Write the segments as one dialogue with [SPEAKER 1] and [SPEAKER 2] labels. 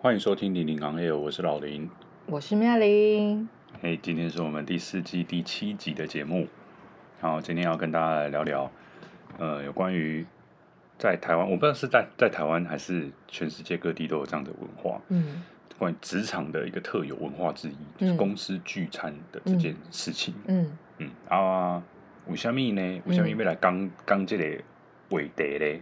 [SPEAKER 1] 欢迎收听零零行业，我是老林。
[SPEAKER 2] 我是妙玲，
[SPEAKER 1] 嘿，哎今天是我们第四季第七集的节目。好，今天要跟大家来聊聊，呃，有关于在台湾，我不知道是在在台湾还是全世界各地都有这样的文化，
[SPEAKER 2] 嗯
[SPEAKER 1] 关于职场的一个特有文化之一，就是
[SPEAKER 2] 嗯
[SPEAKER 1] 公司聚餐的这件事情。
[SPEAKER 2] 嗯
[SPEAKER 1] 嗯啊，为什么呢？为什么要来讲讲这个话题呢？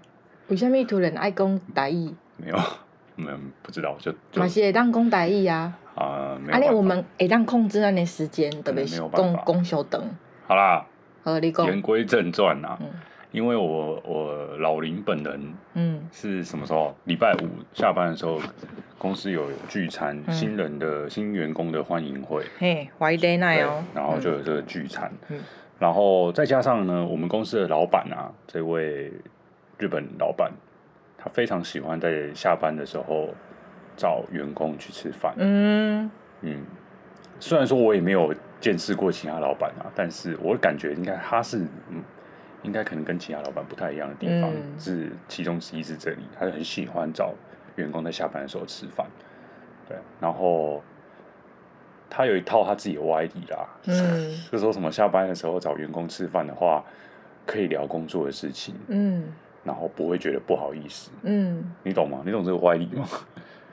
[SPEAKER 2] 为什么突然爱讲台语？
[SPEAKER 1] 没有， 我们不知道，就就
[SPEAKER 2] 嘛是会当讲台语啊，
[SPEAKER 1] 啊、没有
[SPEAKER 2] 安尼
[SPEAKER 1] 办
[SPEAKER 2] 我
[SPEAKER 1] 法嗯
[SPEAKER 2] 们会当控制咱的时间，特别
[SPEAKER 1] 没
[SPEAKER 2] 是
[SPEAKER 1] 有办
[SPEAKER 2] 讲
[SPEAKER 1] 法
[SPEAKER 2] 讲小长。
[SPEAKER 1] 好啦，
[SPEAKER 2] 和你讲，
[SPEAKER 1] 言归正传啊，
[SPEAKER 2] 嗯
[SPEAKER 1] 因为我我老林本人
[SPEAKER 2] 嗯
[SPEAKER 1] 是什么时候？礼拜五下班的时候，公司有聚餐，
[SPEAKER 2] 嗯
[SPEAKER 1] 新人的新员工的欢迎会，
[SPEAKER 2] 嘿，Friday
[SPEAKER 1] 对
[SPEAKER 2] night 哦，，
[SPEAKER 1] 然后就有这个聚餐，
[SPEAKER 2] 嗯
[SPEAKER 1] 然后再加上呢，我们公司的老板啊，这位日本老板，他非常喜欢在下班的时候找员工去吃饭，
[SPEAKER 2] 嗯
[SPEAKER 1] 嗯，虽然说我也没有见识过其他老板啊，但是我感觉应该他是，嗯，应该可能跟其他老板不太一样的地方、
[SPEAKER 2] 嗯
[SPEAKER 1] 是其中之一是这里，他很喜欢找员工在下班的时候吃饭，对，然后他有一套他自己的歪理啦，
[SPEAKER 2] 嗯
[SPEAKER 1] 就说什么下班的时候找员工吃饭的话，可以聊工作的事情，
[SPEAKER 2] 嗯
[SPEAKER 1] 然后不会觉得不好意思，
[SPEAKER 2] 嗯，
[SPEAKER 1] 你懂吗？你懂这个歪理吗？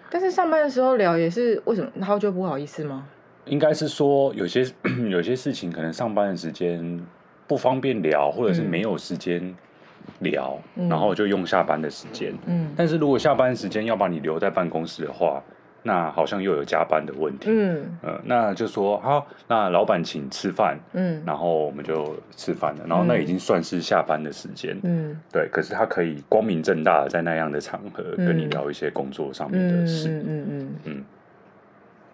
[SPEAKER 2] 但是上班的时候聊也是为什么，然后就不好意思吗？
[SPEAKER 1] 应该是说有些 有些事情可能上班的时间不方便聊，或者是
[SPEAKER 2] 嗯
[SPEAKER 1] 没有时间聊，
[SPEAKER 2] 嗯
[SPEAKER 1] 然后就用下班的时间。
[SPEAKER 2] 嗯
[SPEAKER 1] 但是如果下班时间要把你留在办公室的话，那好像又有加班的问题。
[SPEAKER 2] 嗯
[SPEAKER 1] 呃，那就说好，那老板请吃饭，
[SPEAKER 2] 嗯
[SPEAKER 1] 然后我们就吃饭了。然后那已经算是下班的时间，
[SPEAKER 2] 嗯
[SPEAKER 1] 对。可是他可以光明正大的在那样的场合跟你
[SPEAKER 2] 嗯
[SPEAKER 1] 聊一些工作上面的
[SPEAKER 2] 嗯
[SPEAKER 1] 事。
[SPEAKER 2] 嗯
[SPEAKER 1] 嗯，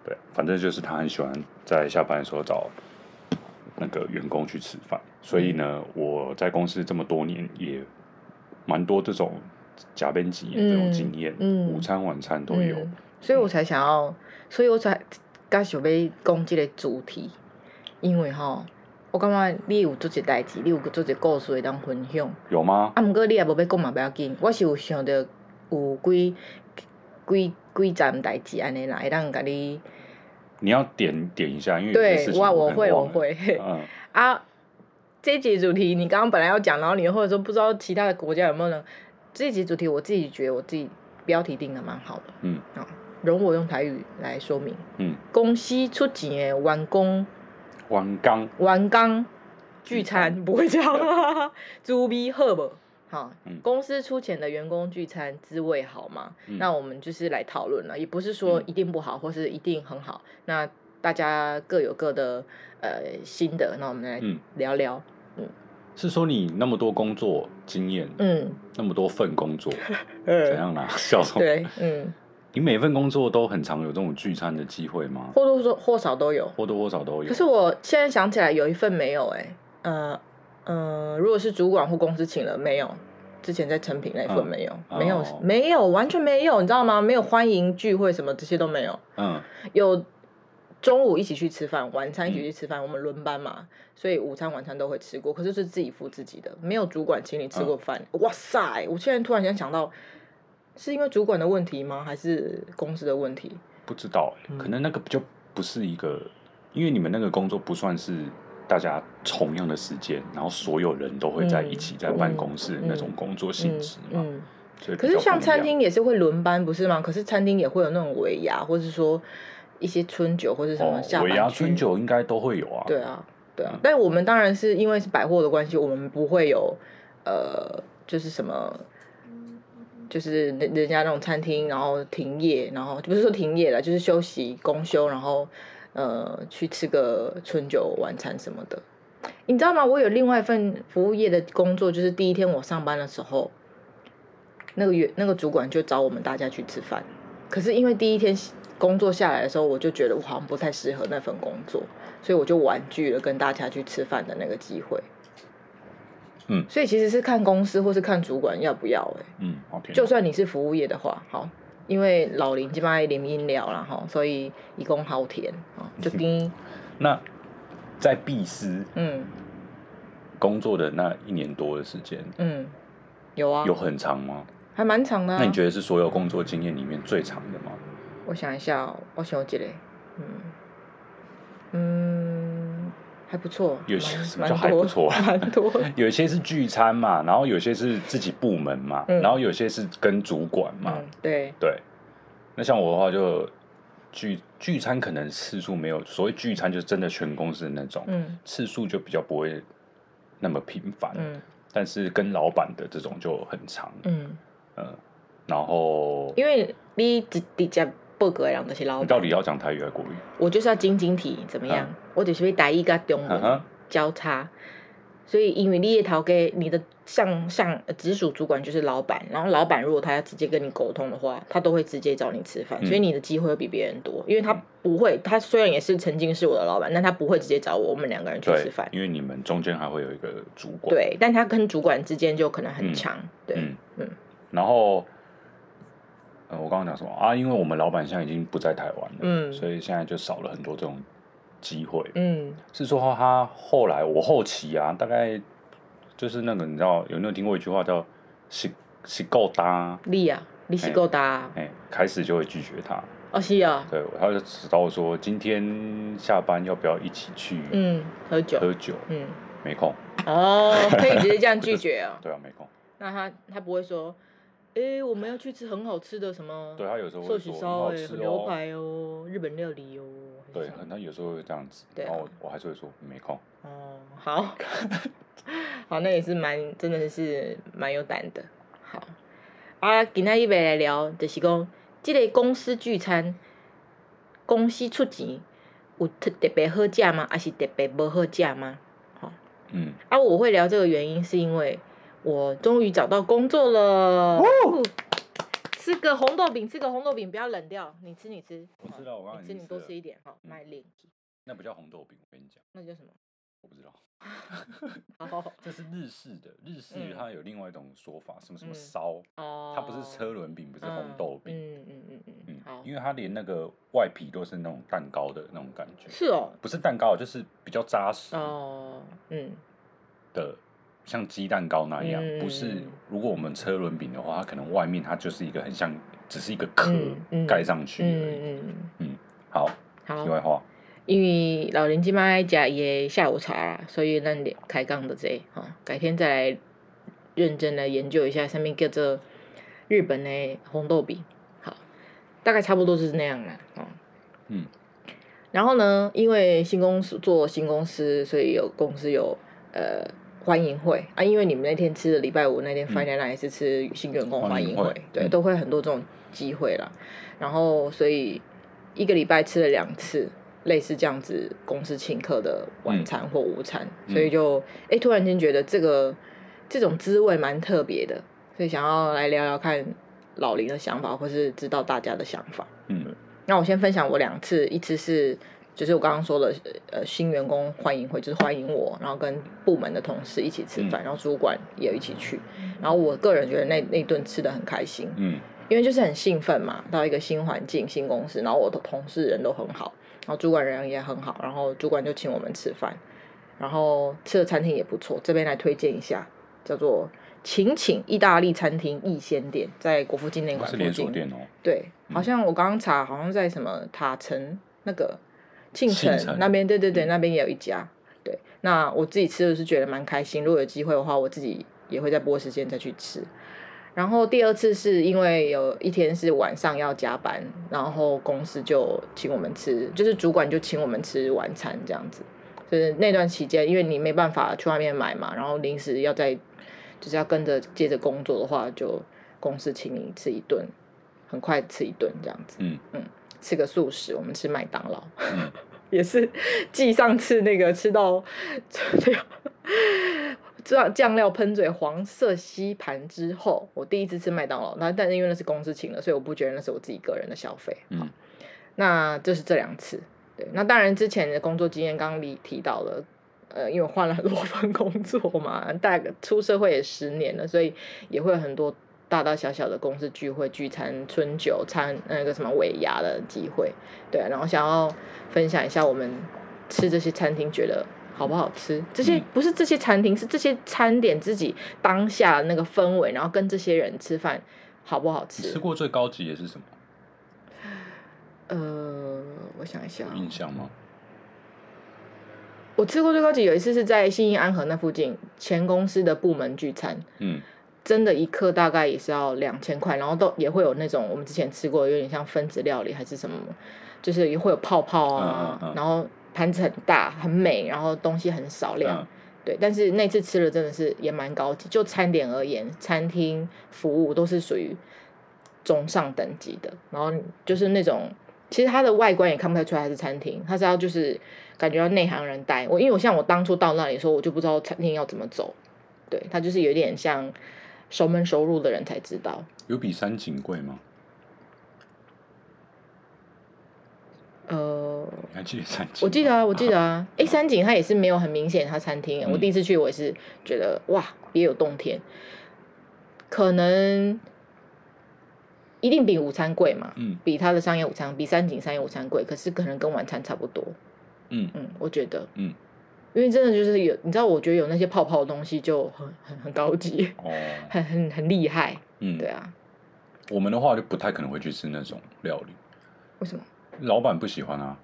[SPEAKER 1] 对，反正就是他很喜欢在下班的时候找那个员工去吃饭，所以呢，
[SPEAKER 2] 嗯
[SPEAKER 1] 我在公司这么多年也蛮多这种假编辑这种经验，
[SPEAKER 2] 嗯嗯
[SPEAKER 1] 午餐晚餐都
[SPEAKER 2] 嗯
[SPEAKER 1] 有。
[SPEAKER 2] 嗯，所以我才想要，所以我才刚想要讲这个主题，因为吼，我感觉你有做一代志，你有做一故事会当分享。
[SPEAKER 1] 有吗？
[SPEAKER 2] 啊，毋过你也无要讲嘛，不要紧。我是有想着有几几几站代志安尼啦，会当甲你。
[SPEAKER 1] 你要点点一下，因为有些
[SPEAKER 2] 对
[SPEAKER 1] 事，情
[SPEAKER 2] 我我
[SPEAKER 1] 可能
[SPEAKER 2] 会我
[SPEAKER 1] 忘了。
[SPEAKER 2] 会。
[SPEAKER 1] 嗯，
[SPEAKER 2] 啊，这一集主题你刚刚本来要讲，然后你或者说不知道其他的国家有没有人，这一集主题我自己觉得我自己标题定的蛮好的。
[SPEAKER 1] 嗯。
[SPEAKER 2] 啊，容我用台语来说明。
[SPEAKER 1] 嗯。
[SPEAKER 2] 公司出钱的员工
[SPEAKER 1] 王刚，
[SPEAKER 2] 员工聚
[SPEAKER 1] 聚餐
[SPEAKER 2] 餐不会这样 啊，滋味好不？好
[SPEAKER 1] 嗯，
[SPEAKER 2] 公司出钱的员工聚餐滋味好吗？
[SPEAKER 1] 嗯
[SPEAKER 2] 那我们就是来讨论了，也不是说
[SPEAKER 1] 嗯
[SPEAKER 2] 一定不好，或是一定很好。那大家各有各的呃心得，那我们来
[SPEAKER 1] 嗯
[SPEAKER 2] 聊聊。
[SPEAKER 1] 是说你那么多工作经验，
[SPEAKER 2] 嗯
[SPEAKER 1] 那么多份工作，怎
[SPEAKER 2] 嗯，
[SPEAKER 1] 样啦？笑什么？
[SPEAKER 2] 对，嗯，
[SPEAKER 1] 你每份工作都很常有这种聚餐的机会吗？
[SPEAKER 2] 或多或少都有。
[SPEAKER 1] 或多或少都有。
[SPEAKER 2] 可是我现在想起来有一份没有哎、呃呃，如果是主管或公司请了没有，之前在成品那份
[SPEAKER 1] 嗯
[SPEAKER 2] 没有，
[SPEAKER 1] 哦
[SPEAKER 2] 没有没有完全没有，你知道吗？没有欢迎聚会什么这些都没有，
[SPEAKER 1] 嗯
[SPEAKER 2] 有中午一起去吃饭，晚餐一起
[SPEAKER 1] 嗯
[SPEAKER 2] 去吃饭，我们轮班嘛，所以午餐晚餐都会吃过，可是是自己付自己的，没有主管请你
[SPEAKER 1] 啊
[SPEAKER 2] 吃过饭。哇塞，我现在突然间想到。是因为主管的问题吗？还是公司的问题？，
[SPEAKER 1] 不知道欸、
[SPEAKER 2] 嗯
[SPEAKER 1] 可能那个就不是一个，因为你们那个工作不算是大家同样的时间，然后所有人都会在一起
[SPEAKER 2] 嗯
[SPEAKER 1] 在办公室
[SPEAKER 2] 嗯
[SPEAKER 1] 那种工作性质嘛，
[SPEAKER 2] 嗯，嗯
[SPEAKER 1] 所以比
[SPEAKER 2] 可
[SPEAKER 1] 较
[SPEAKER 2] 是
[SPEAKER 1] 不
[SPEAKER 2] 像
[SPEAKER 1] 一
[SPEAKER 2] 餐
[SPEAKER 1] 样
[SPEAKER 2] 厅也是会轮班，不是吗？可是餐厅也会有那种尾牙，或是说一些春酒，或是什么
[SPEAKER 1] 哦
[SPEAKER 2] 下，班
[SPEAKER 1] 尾牙
[SPEAKER 2] 去
[SPEAKER 1] 春，酒应该都会有啊，
[SPEAKER 2] 对，啊，对啊
[SPEAKER 1] 嗯。
[SPEAKER 2] 但我们当然是因为是百货的关系，我们不会有呃，就是什么。就是人人家那种餐厅，然后停业，然后不是说停业了，就是休息公休，然后呃去吃个春酒晚餐什么的。你知道吗？我有另外一份服务业的工作，就是第一天我上班的时候，那个员那个主管就找我们大家去吃饭，可是因为第一天工作下来的时候，我就觉得我好像不太适合那份工作，所以我就婉拒了跟大家去吃饭的那个机会。
[SPEAKER 1] 嗯
[SPEAKER 2] 所以其实是看公司或是看主管要不要、欸。
[SPEAKER 1] 嗯，OK，
[SPEAKER 2] 就算你是服务业的话，好，因为老林基本上零音疗啦哈，所以一共好甜啊，就
[SPEAKER 1] 嗯
[SPEAKER 2] 丁
[SPEAKER 1] 那在碧斯
[SPEAKER 2] 嗯
[SPEAKER 1] 工作的那一年多的时间，
[SPEAKER 2] 嗯，有啊，
[SPEAKER 1] 有很长吗？
[SPEAKER 2] 还蛮长的、啊。
[SPEAKER 1] 那你觉得是所有工作经验里面最长的吗？
[SPEAKER 2] 我想一下、哦，我想一个，嗯嗯，还不错，
[SPEAKER 1] 有些
[SPEAKER 2] 蛮
[SPEAKER 1] 什么
[SPEAKER 2] 蛮
[SPEAKER 1] 叫还
[SPEAKER 2] 多
[SPEAKER 1] 不错啊
[SPEAKER 2] 蛮多。
[SPEAKER 1] 有一些是聚餐嘛，然后有些是自己部门嘛，
[SPEAKER 2] 嗯
[SPEAKER 1] 然后有些是跟主管嘛，
[SPEAKER 2] 嗯，对，
[SPEAKER 1] 对。那像我的话就聚聚餐可能次数没有，所谓聚餐就是真的全公司的那种，
[SPEAKER 2] 嗯
[SPEAKER 1] 次数就比较不会那么频繁，
[SPEAKER 2] 嗯
[SPEAKER 1] 但是跟老板的这种就很长，
[SPEAKER 2] 嗯，
[SPEAKER 1] 嗯，然后
[SPEAKER 2] 因为你直直接报告的人就是老
[SPEAKER 1] 你
[SPEAKER 2] 板，
[SPEAKER 1] 到底要讲台语还是国语？
[SPEAKER 2] 我就是要晶晶体怎么样？
[SPEAKER 1] 嗯
[SPEAKER 2] 我就是被台语跟中
[SPEAKER 1] 嗯
[SPEAKER 2] 文
[SPEAKER 1] 哼
[SPEAKER 2] 交叉，所以因为你也头给你的上上呃直属主管就是老板，然后老板如果他要直接跟你沟通的话，他都会直接找你吃饭，
[SPEAKER 1] 嗯
[SPEAKER 2] 所以你的机会会比别人多，因为他不会，他虽然也是曾经是我的老板，但他不会直接找我，我们两个人去吃
[SPEAKER 1] 对
[SPEAKER 2] 饭，，
[SPEAKER 1] 因为你们中间还会有一个主管，，
[SPEAKER 2] 对，但他跟主管之间就可能很强，对，
[SPEAKER 1] 嗯
[SPEAKER 2] 嗯
[SPEAKER 1] 然后。呃，我刚刚讲什么啊？因为我们老板现在已经不在台湾了，
[SPEAKER 2] 嗯
[SPEAKER 1] 所以现在就少了很多这种机会。
[SPEAKER 2] 嗯
[SPEAKER 1] 是说他后来我后期啊，大概就是那个你知道有没有听过一句话叫“洗洗够搭
[SPEAKER 2] 你啊，你是够大、啊”，，
[SPEAKER 1] 哎、开始就会拒绝他。
[SPEAKER 2] 哦是啊，
[SPEAKER 1] 对，他就知道说今天下班要不要一起去
[SPEAKER 2] 嗯，喝酒，
[SPEAKER 1] 喝酒，
[SPEAKER 2] 嗯，
[SPEAKER 1] 没空。
[SPEAKER 2] 哦，可以直接这样拒绝 啊、
[SPEAKER 1] 对啊，没空。
[SPEAKER 2] 那他他不会说，诶，我们要去吃很好吃的什么？
[SPEAKER 1] 对他有时候
[SPEAKER 2] 寿
[SPEAKER 1] 会
[SPEAKER 2] 喜
[SPEAKER 1] 说很
[SPEAKER 2] 烧
[SPEAKER 1] 好
[SPEAKER 2] 哎、
[SPEAKER 1] 吃
[SPEAKER 2] 牛
[SPEAKER 1] 哦。
[SPEAKER 2] 排哦，日本料理哦。还是
[SPEAKER 1] 对
[SPEAKER 2] 什，么
[SPEAKER 1] 他有时候会这样子，
[SPEAKER 2] 对啊
[SPEAKER 1] 然后我还是会说没空。
[SPEAKER 2] 哦，好， 好，那也是蛮，真的是蛮有胆的。好，啊，今仔日要来聊，就是讲，即、个公司聚餐，公司出钱，有特特别好食吗？还是特别无好食吗？
[SPEAKER 1] 嗯，
[SPEAKER 2] 啊，我会聊这个原因是因为我终于找到工作了。吃个红豆饼，吃个红豆饼，不要冷掉。你吃，你吃。
[SPEAKER 1] 我知道我刚刚
[SPEAKER 2] 你
[SPEAKER 1] 已
[SPEAKER 2] 吃，
[SPEAKER 1] 经
[SPEAKER 2] 你
[SPEAKER 1] 吃
[SPEAKER 2] 多
[SPEAKER 1] 了嗯
[SPEAKER 2] 吃一点哈。卖力，
[SPEAKER 1] 那不叫红豆饼，我跟你讲，
[SPEAKER 2] 那叫什么？
[SPEAKER 1] 我不知道。
[SPEAKER 2] 好
[SPEAKER 1] 这是日式的，日式
[SPEAKER 2] 嗯
[SPEAKER 1] 它有另外一种说法，什么什
[SPEAKER 2] 嗯
[SPEAKER 1] 么烧，
[SPEAKER 2] 哦。
[SPEAKER 1] 它不是车轮饼，不是红豆饼，
[SPEAKER 2] 嗯嗯嗯嗯嗯
[SPEAKER 1] 嗯。，
[SPEAKER 2] 好
[SPEAKER 1] 因。为它连那个外皮都是那种蛋糕的那种感觉，
[SPEAKER 2] 是哦。
[SPEAKER 1] 不是蛋糕，啊就是比较扎实
[SPEAKER 2] 哦，嗯
[SPEAKER 1] 的，像鸡蛋糕那样，
[SPEAKER 2] 嗯
[SPEAKER 1] 不是如果我们车轮饼的话，它可能外面它就是一个很像，只是一个壳
[SPEAKER 2] 嗯嗯
[SPEAKER 1] 盖上
[SPEAKER 2] 嗯
[SPEAKER 1] 去而已。
[SPEAKER 2] 嗯嗯，
[SPEAKER 1] 好，题外
[SPEAKER 2] 好。
[SPEAKER 1] 话，
[SPEAKER 2] 因为老人今麦食伊的下午茶啦，所以咱就开讲到这吼、改天再来认真来研究一下，上面叫做日本的红豆饼。好，大概差不多是那样啦。哦，
[SPEAKER 1] 嗯。
[SPEAKER 2] 然后呢，因为新公司做新公司，所以有公司有呃欢迎会啊。因为你们那天吃的礼拜五那天
[SPEAKER 1] 嗯
[SPEAKER 2] Friday night 也是吃新员工欢迎会，
[SPEAKER 1] 欢迎会
[SPEAKER 2] 对，
[SPEAKER 1] 嗯
[SPEAKER 2] 都会很多这种机会啦。然后所以一个礼拜吃了两次。类似这样子公司请客的晚餐或午餐，
[SPEAKER 1] 嗯
[SPEAKER 2] 所以就哎、诶突然间觉得这个这种滋味蛮特别的，所以想要来聊聊看老林的想法，或是知道大家的想法。
[SPEAKER 1] 嗯
[SPEAKER 2] 那我先分享我两次，一次是就是我刚刚说的，呃，新员工欢迎会，就是欢迎我，然后跟部门的同事一起吃饭，然后主管也一起去，然后我个人觉得那那顿吃的很开心，
[SPEAKER 1] 嗯
[SPEAKER 2] 因为就是很兴奋嘛，到一个新环境、新公司，然后我的同事人都很好，然后主管人也很好，然后主管就请我们吃饭，然后吃的餐厅也不错，这边来推荐一下，叫做晴晴意大利餐厅逸仙店，在国父纪念
[SPEAKER 1] 它
[SPEAKER 2] 馆
[SPEAKER 1] 是
[SPEAKER 2] 附
[SPEAKER 1] 连锁
[SPEAKER 2] 近。
[SPEAKER 1] 店哦，
[SPEAKER 2] 对，好
[SPEAKER 1] 嗯
[SPEAKER 2] 像我刚刚查，好像在什么塔城那个庆
[SPEAKER 1] 庆
[SPEAKER 2] 城
[SPEAKER 1] 城
[SPEAKER 2] 那边，对对对，
[SPEAKER 1] 嗯
[SPEAKER 2] 那边也有一家。对，那我自己吃的是觉得蛮开心，如果有机会的话，我自己也会再拨时间再去吃。然后第二次是因为有一天是晚上要加班，然后公司就请我们吃，就是主管就请我们吃晚餐这样子。就是那段期间，因为你没办法去外面买嘛，然后临时要在，就是要跟着接着工作的话，就公司请你吃一顿，很快吃一顿这样子，
[SPEAKER 1] 嗯
[SPEAKER 2] 吃个素食，我们吃麦当劳，
[SPEAKER 1] 嗯
[SPEAKER 2] 也是继上次那个吃到吃掉酱酱料喷嘴黄色吸盘之后，我第一次吃麦当劳，那但是因为那是公司请的，所以我不觉得那是我自己个人的消费。
[SPEAKER 1] 嗯
[SPEAKER 2] 好，那这是这两次。对，那当然之前的工作经验刚刚你提到了。呃，因为我换了很多 份工作嘛，大概出社会也十年了，所以也会有很多大大小小的公司聚会、聚餐、春酒、餐那个什么尾牙的机会。对，啊然后想要分享一下我们吃这些餐厅觉得好不好吃。这些
[SPEAKER 1] 嗯
[SPEAKER 2] 不是这些餐厅，是这些餐点自己当下那个氛围，然后跟这些人吃饭好不好
[SPEAKER 1] 你
[SPEAKER 2] 吃？
[SPEAKER 1] 吃过最高级的是什么？
[SPEAKER 2] 呃，我想一下
[SPEAKER 1] 有
[SPEAKER 2] 哦，
[SPEAKER 1] 印象吗？
[SPEAKER 2] 我吃过最高级有一次是在信义安和那附近前公司的部门聚餐。
[SPEAKER 1] 嗯，
[SPEAKER 2] 真的一克大概也是要两千块，然后都也会有那种我们之前吃过，有点像分子料理还是什么，就是也会有泡泡啊，
[SPEAKER 1] 嗯嗯嗯
[SPEAKER 2] 然后盘子很大很美，然后东西很少量，
[SPEAKER 1] 嗯
[SPEAKER 2] 对。但是那次吃了真的是也蛮高级，就餐点而言，餐厅服务都是属于中上等级的，然后就是那种。其实它的外观也看不太出来它是餐厅，它是要就是感觉要内行人带我，因为我像我当初到那里的时候，我就不知道餐厅要怎么走，对，它就是有点像熟门熟路的人才知道。
[SPEAKER 1] 有比三井贵吗？
[SPEAKER 2] 呃，
[SPEAKER 1] 你还记得三井？
[SPEAKER 2] 我记得啊，我记得啊，诶，三井它也是没有很明显，它餐厅、
[SPEAKER 1] 嗯
[SPEAKER 2] 我第一次去，我也是觉得哇，别有洞天，可能一定比午餐贵嘛，
[SPEAKER 1] 嗯
[SPEAKER 2] 比它的商业午餐，比三井商业午餐贵，可是可能跟晚餐差不多。
[SPEAKER 1] 嗯
[SPEAKER 2] 嗯，我觉得，
[SPEAKER 1] 嗯，
[SPEAKER 2] 因为真的就是有，你知道，我觉得有那些泡泡的东西就很很很高级，
[SPEAKER 1] 哦
[SPEAKER 2] 很很很厉害，
[SPEAKER 1] 嗯，
[SPEAKER 2] 嗯对啊，
[SPEAKER 1] 我们的话就不太可能会去吃那种料理，
[SPEAKER 2] 为什么？
[SPEAKER 1] 老板不喜欢啊，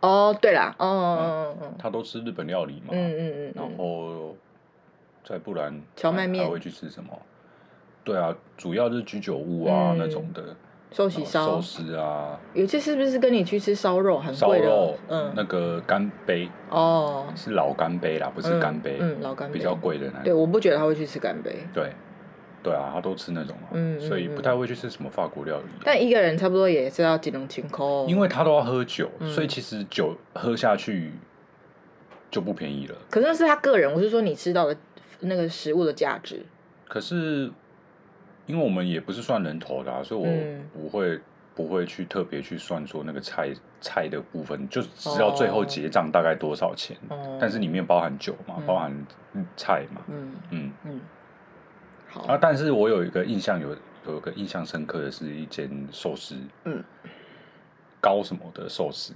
[SPEAKER 2] 哦，对啦，哦哦哦哦哦，
[SPEAKER 1] 他都吃日本料理嘛，
[SPEAKER 2] 嗯嗯嗯
[SPEAKER 1] 然
[SPEAKER 2] 嗯，
[SPEAKER 1] 后再不然
[SPEAKER 2] 荞麦
[SPEAKER 1] 还
[SPEAKER 2] 面
[SPEAKER 1] 还会去吃什么？对啊，主要就是居酒屋啊、
[SPEAKER 2] 嗯
[SPEAKER 1] 那种的，
[SPEAKER 2] 寿
[SPEAKER 1] 寿
[SPEAKER 2] 喜
[SPEAKER 1] 寿
[SPEAKER 2] 烧，
[SPEAKER 1] 司啊、
[SPEAKER 2] 有些是不是跟你去吃烧肉很
[SPEAKER 1] 烧
[SPEAKER 2] 贵的？
[SPEAKER 1] 肉，那
[SPEAKER 2] 嗯，
[SPEAKER 1] 个干杯
[SPEAKER 2] 哦，
[SPEAKER 1] 是老干杯啦，不是
[SPEAKER 2] 嗯
[SPEAKER 1] 干杯，
[SPEAKER 2] 嗯，老干杯
[SPEAKER 1] 比较，贵的那
[SPEAKER 2] 对，
[SPEAKER 1] 种。
[SPEAKER 2] 我不觉得他会去吃干杯，
[SPEAKER 1] 对对啊，他都吃那种啊，
[SPEAKER 2] 嗯嗯
[SPEAKER 1] 所以不太会去吃什么法国料理啊、
[SPEAKER 2] 但一个人差不多也是要几两千块，
[SPEAKER 1] 因
[SPEAKER 2] 为
[SPEAKER 1] 为他都要喝酒，
[SPEAKER 2] 嗯
[SPEAKER 1] 所以其实酒喝下去就不便宜了。
[SPEAKER 2] 可是那是他个人，我是说你吃到的那个食物的价值，
[SPEAKER 1] 可是因为我们也不是算人头的、啊，所以我
[SPEAKER 2] 嗯
[SPEAKER 1] 不会、不会去特别去算说那个菜菜的部分，就只要最后结账大概多少钱，
[SPEAKER 2] 哦，
[SPEAKER 1] 但是里面包含酒嘛，
[SPEAKER 2] 嗯
[SPEAKER 1] 包含菜嘛，
[SPEAKER 2] 嗯
[SPEAKER 1] 嗯
[SPEAKER 2] 嗯，好，
[SPEAKER 1] 啊，但是我有一个印象有有一个印象深刻的是一间寿司，
[SPEAKER 2] 嗯，
[SPEAKER 1] 高什么的寿司，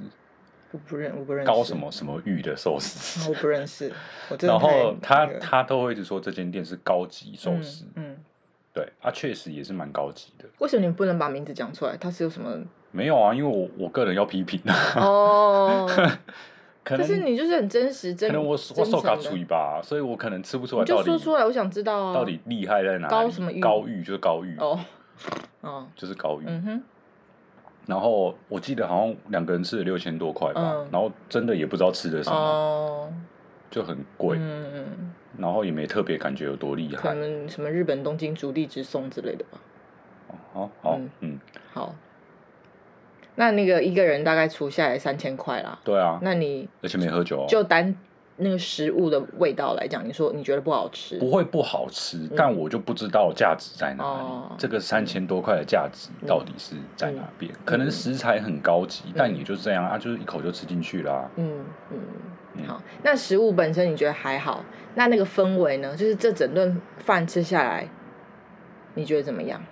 [SPEAKER 2] 我不认，我不认识
[SPEAKER 1] 高什么什么玉的寿司，
[SPEAKER 2] 啊我不认识，我真的
[SPEAKER 1] 然后
[SPEAKER 2] 太
[SPEAKER 1] 他
[SPEAKER 2] 那个
[SPEAKER 1] 他都会一直说这间店是高级寿司，
[SPEAKER 2] 嗯，嗯
[SPEAKER 1] 对，啊，确实也是蛮高级的。
[SPEAKER 2] 为什么你不能把名字讲出来？它是有 什么？
[SPEAKER 1] 没有啊，因为我我个人要批评啊，
[SPEAKER 2] 哦，
[SPEAKER 1] 可
[SPEAKER 2] 但是
[SPEAKER 1] 能
[SPEAKER 2] 你就是很真实，真
[SPEAKER 1] 可能我
[SPEAKER 2] 真
[SPEAKER 1] 我手
[SPEAKER 2] 诚
[SPEAKER 1] 嘎
[SPEAKER 2] 的
[SPEAKER 1] 吹吧，所以我可能吃不出来
[SPEAKER 2] 你就
[SPEAKER 1] 到
[SPEAKER 2] 说
[SPEAKER 1] 底
[SPEAKER 2] 出来，我想知道啊，
[SPEAKER 1] 到底厉害在哪里。
[SPEAKER 2] 高什么玉
[SPEAKER 1] 高玉就是高玉，
[SPEAKER 2] 哦哦，
[SPEAKER 1] 就是高玉。
[SPEAKER 2] 嗯哼，
[SPEAKER 1] 然后我记得好像两个人吃了六千多块吧，
[SPEAKER 2] 嗯
[SPEAKER 1] 然后真的也不知道吃的什么，
[SPEAKER 2] 哦，
[SPEAKER 1] 就很贵，
[SPEAKER 2] 嗯，
[SPEAKER 1] 然后也没特别感觉有多厉
[SPEAKER 2] 可
[SPEAKER 1] 害。
[SPEAKER 2] 能什么日本东京竹地直送之类的吧。
[SPEAKER 1] 好好
[SPEAKER 2] 嗯
[SPEAKER 1] 嗯，
[SPEAKER 2] 好，那那个一个人大概除下来三千块啦，
[SPEAKER 1] 对啊，
[SPEAKER 2] 那你
[SPEAKER 1] 而且没喝酒哦。
[SPEAKER 2] 就单那个食物的味道来讲，你说你觉得不好吃？
[SPEAKER 1] 不会不好吃，但我就不知道价值在哪里。
[SPEAKER 2] 嗯哦嗯
[SPEAKER 1] 这个三千多块的价值到底是在哪边？可能食材很高级，但也就这样啊，就是一口就吃进去啦、
[SPEAKER 2] 嗯嗯，
[SPEAKER 1] 嗯
[SPEAKER 2] 好。那食物本身你觉得还好，那那个氛围呢？就是这整顿饭吃下来，你觉得怎 么样？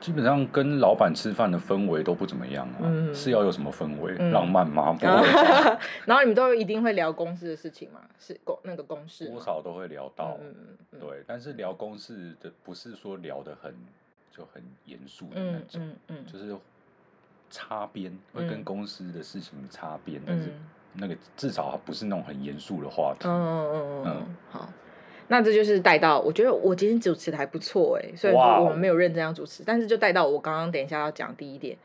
[SPEAKER 1] 基本上跟老板吃饭的氛围都不怎么样啊，
[SPEAKER 2] 嗯
[SPEAKER 1] 是要有什么氛围？
[SPEAKER 2] 嗯
[SPEAKER 1] 浪漫 吗？不会吧，
[SPEAKER 2] 然后你们都一定会聊公司的事情嘛？是公那个公事吗
[SPEAKER 1] 多少都会聊到。
[SPEAKER 2] 嗯嗯嗯，
[SPEAKER 1] 对，但是聊公事的不是说聊得很就很严肃的那
[SPEAKER 2] 嗯
[SPEAKER 1] 种，
[SPEAKER 2] 嗯嗯，
[SPEAKER 1] 就是擦边，会
[SPEAKER 2] 嗯
[SPEAKER 1] 跟公司的事情擦边，但是
[SPEAKER 2] 嗯
[SPEAKER 1] 那个至少它不是那种很严肃的话题。
[SPEAKER 2] 嗯嗯嗯嗯
[SPEAKER 1] 嗯，
[SPEAKER 2] 好。那这就是带到，我觉得我今天主持的还不错哎，虽然
[SPEAKER 1] 哇哦
[SPEAKER 2] 说我们没有认真要主持，但是就带到我刚刚等一下要讲第一点，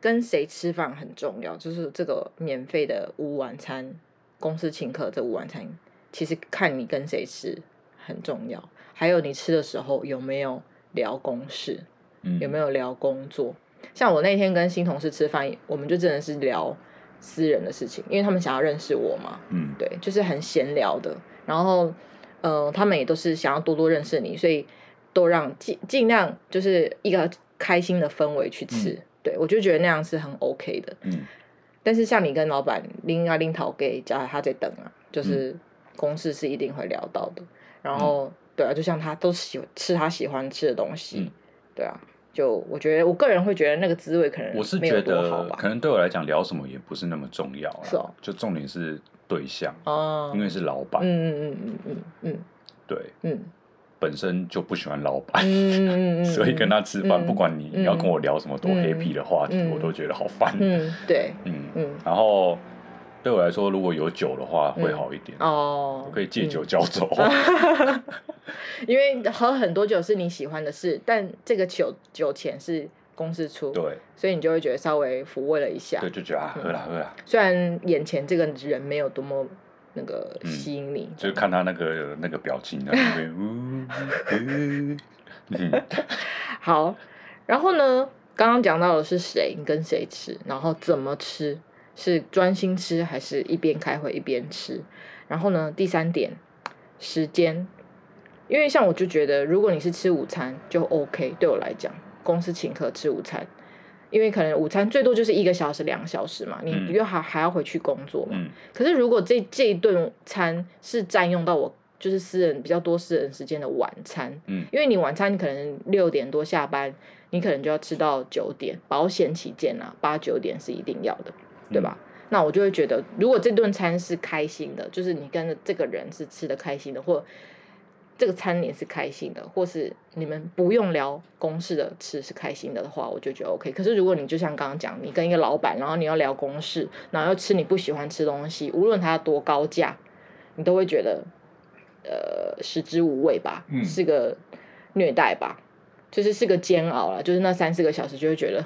[SPEAKER 2] 跟谁吃饭很重要，就是这个免费的午晚餐，公司请客这午晚餐，其实看你跟谁吃很重要，还有你吃的时候有没有聊公事，
[SPEAKER 1] 嗯
[SPEAKER 2] 有没有聊工作？像我那天跟新同事吃饭，我们就真的是聊私人的事情，因为他们想要认识我嘛，
[SPEAKER 1] 嗯
[SPEAKER 2] 对，就是很闲聊的。然后呃，他们也都是想要多多认识你，所以都让尽尽量就是一个开心的氛围去吃。对我就觉得那样是很 OK 的。
[SPEAKER 1] 嗯，
[SPEAKER 2] 但是像你跟老板拎啊拎桃给加他在等啊，
[SPEAKER 1] 嗯
[SPEAKER 2] 就是公事是一定会聊到的。然后、对啊，就像他都喜吃他喜欢吃的东西，
[SPEAKER 1] 嗯
[SPEAKER 2] 对啊，就我觉得我个人会觉得那个滋味可能
[SPEAKER 1] 我是
[SPEAKER 2] 没有
[SPEAKER 1] 觉
[SPEAKER 2] 多好
[SPEAKER 1] 得
[SPEAKER 2] 吧
[SPEAKER 1] 可。能对我来讲聊什么也不是那么重要啦，
[SPEAKER 2] 是哦
[SPEAKER 1] 就重点是对象，
[SPEAKER 2] 哦，
[SPEAKER 1] 因为是老板，
[SPEAKER 2] 嗯嗯嗯嗯嗯
[SPEAKER 1] 对，
[SPEAKER 2] 嗯嗯
[SPEAKER 1] 本身就不喜欢老板。
[SPEAKER 2] 嗯嗯嗯，
[SPEAKER 1] 所以跟他吃饭，
[SPEAKER 2] 嗯
[SPEAKER 1] 不管你要跟我聊什么多
[SPEAKER 2] 嗯
[SPEAKER 1] happy 的话题，
[SPEAKER 2] 嗯
[SPEAKER 1] 我都觉得好烦。
[SPEAKER 2] 嗯对
[SPEAKER 1] 嗯
[SPEAKER 2] 嗯
[SPEAKER 1] 然后对我来说，如果有酒的话会好一点，
[SPEAKER 2] 哦嗯
[SPEAKER 1] 我，可以借酒浇 愁。
[SPEAKER 2] 因为喝很多酒是你喜欢的事，但这个酒酒钱是公司出，
[SPEAKER 1] 对
[SPEAKER 2] 所以你就会觉得稍微抚慰了一下
[SPEAKER 1] 对，。就觉得啊，
[SPEAKER 2] 嗯
[SPEAKER 1] 喝啦喝啦，
[SPEAKER 2] 虽然眼前这个人没有多么那个吸引你，
[SPEAKER 1] 嗯就是看他那个那个表情在那边， 呜，呜嗯，
[SPEAKER 2] 好，然后呢，刚刚讲到的是谁，你跟谁吃，然后怎么吃，是专心吃还是一边开会一边吃？然后呢，第三点，时间，因为像我就觉得，如果你是吃午餐就 OK，对我来讲，公司请客吃午餐。因为可能午餐最多就是一个小时、两个小时嘛，你
[SPEAKER 1] 嗯
[SPEAKER 2] 又还还要回去工作嘛。
[SPEAKER 1] 嗯
[SPEAKER 2] 可是如果这这一顿餐是占用到我就是私人比较多私人时间的晚餐，
[SPEAKER 1] 嗯
[SPEAKER 2] 因为你晚餐你可能六点多下班，你可能就要吃到九点，保险起见啊，八九点是一定要的，对吧？那我就会觉得，如果这顿餐是开心的，就是你跟这个人是吃的开心的，或这个餐点是开心的，或是你们不用聊公事的吃是开心的的话，我就觉得 OK。可是如果你就像刚刚讲，你跟一个老板，然后你要聊公事，然后又吃你不喜欢吃东西，无论它多高价，你都会觉得呃食之无味吧，
[SPEAKER 1] 嗯
[SPEAKER 2] 是个虐待吧，就是是个煎熬啦，就是那三四个小时就会觉得，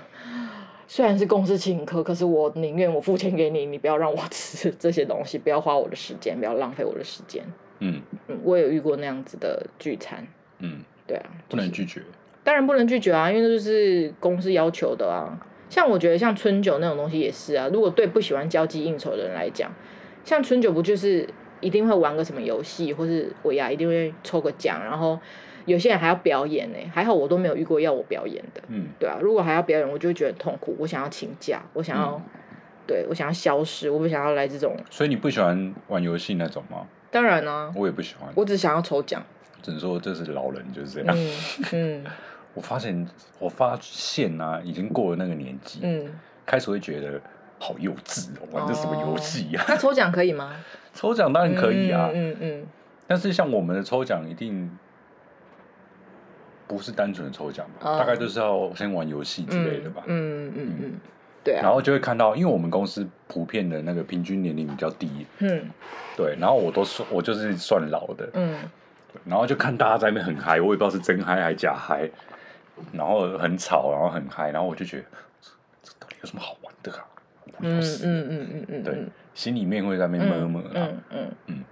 [SPEAKER 2] 虽然是公司请客，可是我宁愿我付钱给你，你不要让我 吃这些东西，不要花我的时间，不要浪费我的时间。
[SPEAKER 1] 嗯
[SPEAKER 2] 嗯，我有遇过那样子的聚餐，
[SPEAKER 1] 嗯，
[SPEAKER 2] 对啊，
[SPEAKER 1] 不能拒绝。
[SPEAKER 2] 当然不能拒绝啊，因为这就是公司要求的啊。像我觉得像春酒那种东西也是啊，如果对不喜欢交际应酬的人来讲，像春酒不就是一定会玩个什么游戏，或是尾牙一定会抽个奖，然后有些人还要表演呢、还好我都没有遇过要我表演的，
[SPEAKER 1] 嗯
[SPEAKER 2] 对啊，如果还要表演，我就会觉得很痛苦，我想要请假，我想要，
[SPEAKER 1] 嗯
[SPEAKER 2] 对我想要消失，我不想要来这种。
[SPEAKER 1] 所以你不喜欢玩游戏那种吗？
[SPEAKER 2] 当然啊，
[SPEAKER 1] 我也不喜欢，
[SPEAKER 2] 我只想要抽奖，
[SPEAKER 1] 只能说这是老人就是这样。
[SPEAKER 2] 嗯嗯
[SPEAKER 1] 我发现，我发现啊，已经过了那个年纪，
[SPEAKER 2] 嗯，
[SPEAKER 1] 开始会觉得好幼稚哦，玩这什么游戏呀？
[SPEAKER 2] 那抽奖可以吗？
[SPEAKER 1] 抽奖当然可以啊，
[SPEAKER 2] 哦嗯嗯嗯
[SPEAKER 1] 但是像我们的抽奖一定不是单纯的抽奖吧，
[SPEAKER 2] 哦
[SPEAKER 1] 大概就是要先玩游戏之类的吧。
[SPEAKER 2] 嗯嗯嗯，对
[SPEAKER 1] 然
[SPEAKER 2] 啊，
[SPEAKER 1] 后就会看到，因为我们公司普遍的那个平均年龄比较低，
[SPEAKER 2] 嗯
[SPEAKER 1] 对，然后我都算我就是算老的，
[SPEAKER 2] 嗯
[SPEAKER 1] 然后就看大家在那边很嗨，我也不知道是真嗨还假嗨，然后很吵，然后很嗨，然后我就觉得这这到底有什么好玩的啊？无聊
[SPEAKER 2] 嗯
[SPEAKER 1] 死了
[SPEAKER 2] 嗯嗯嗯嗯，
[SPEAKER 1] 对，心里面会在那边
[SPEAKER 2] 嗯
[SPEAKER 1] 摸摸啊，
[SPEAKER 2] 嗯嗯嗯，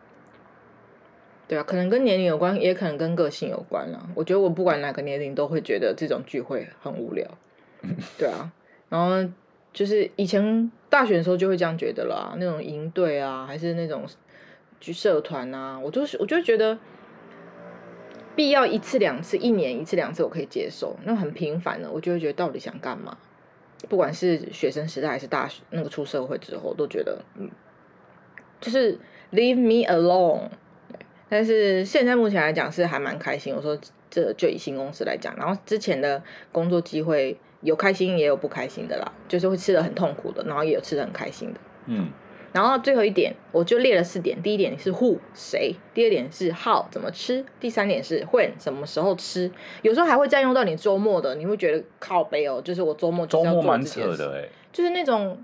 [SPEAKER 2] 对啊，可能跟年龄有关，也可能跟个性有关啦。我觉得我不管哪个年龄都会觉得这种聚会很无聊，对啊，然后就是以前大学的时候就会这样觉得啦、那种营队啊，还是那种去社团啊，我就是我就觉得必要一次两次，一年一次两次我可以接受，那很频繁的，我就会觉得到底想干嘛？不管是学生时代还是大学那个出社会之后，都觉得嗯，就是 leave me alone。但是现在目前来讲是还蛮开心。我说这就以新公司来讲，然后之前的工作机会有开心也有不开心的啦，就是会吃的很痛苦的，然后也有吃的很开心的。
[SPEAKER 1] 嗯
[SPEAKER 2] 然后最后一点，我就列了四点。第一点是 who 谁，第二点是 how 怎么吃，第三点是 when 什么时候吃。有时候还会占用到你周末的，你会觉得靠背哦，就是我周末就
[SPEAKER 1] 周
[SPEAKER 2] 是要
[SPEAKER 1] 末
[SPEAKER 2] 做
[SPEAKER 1] 蛮
[SPEAKER 2] 这件
[SPEAKER 1] 扯
[SPEAKER 2] 事
[SPEAKER 1] 的哎、
[SPEAKER 2] 就是那种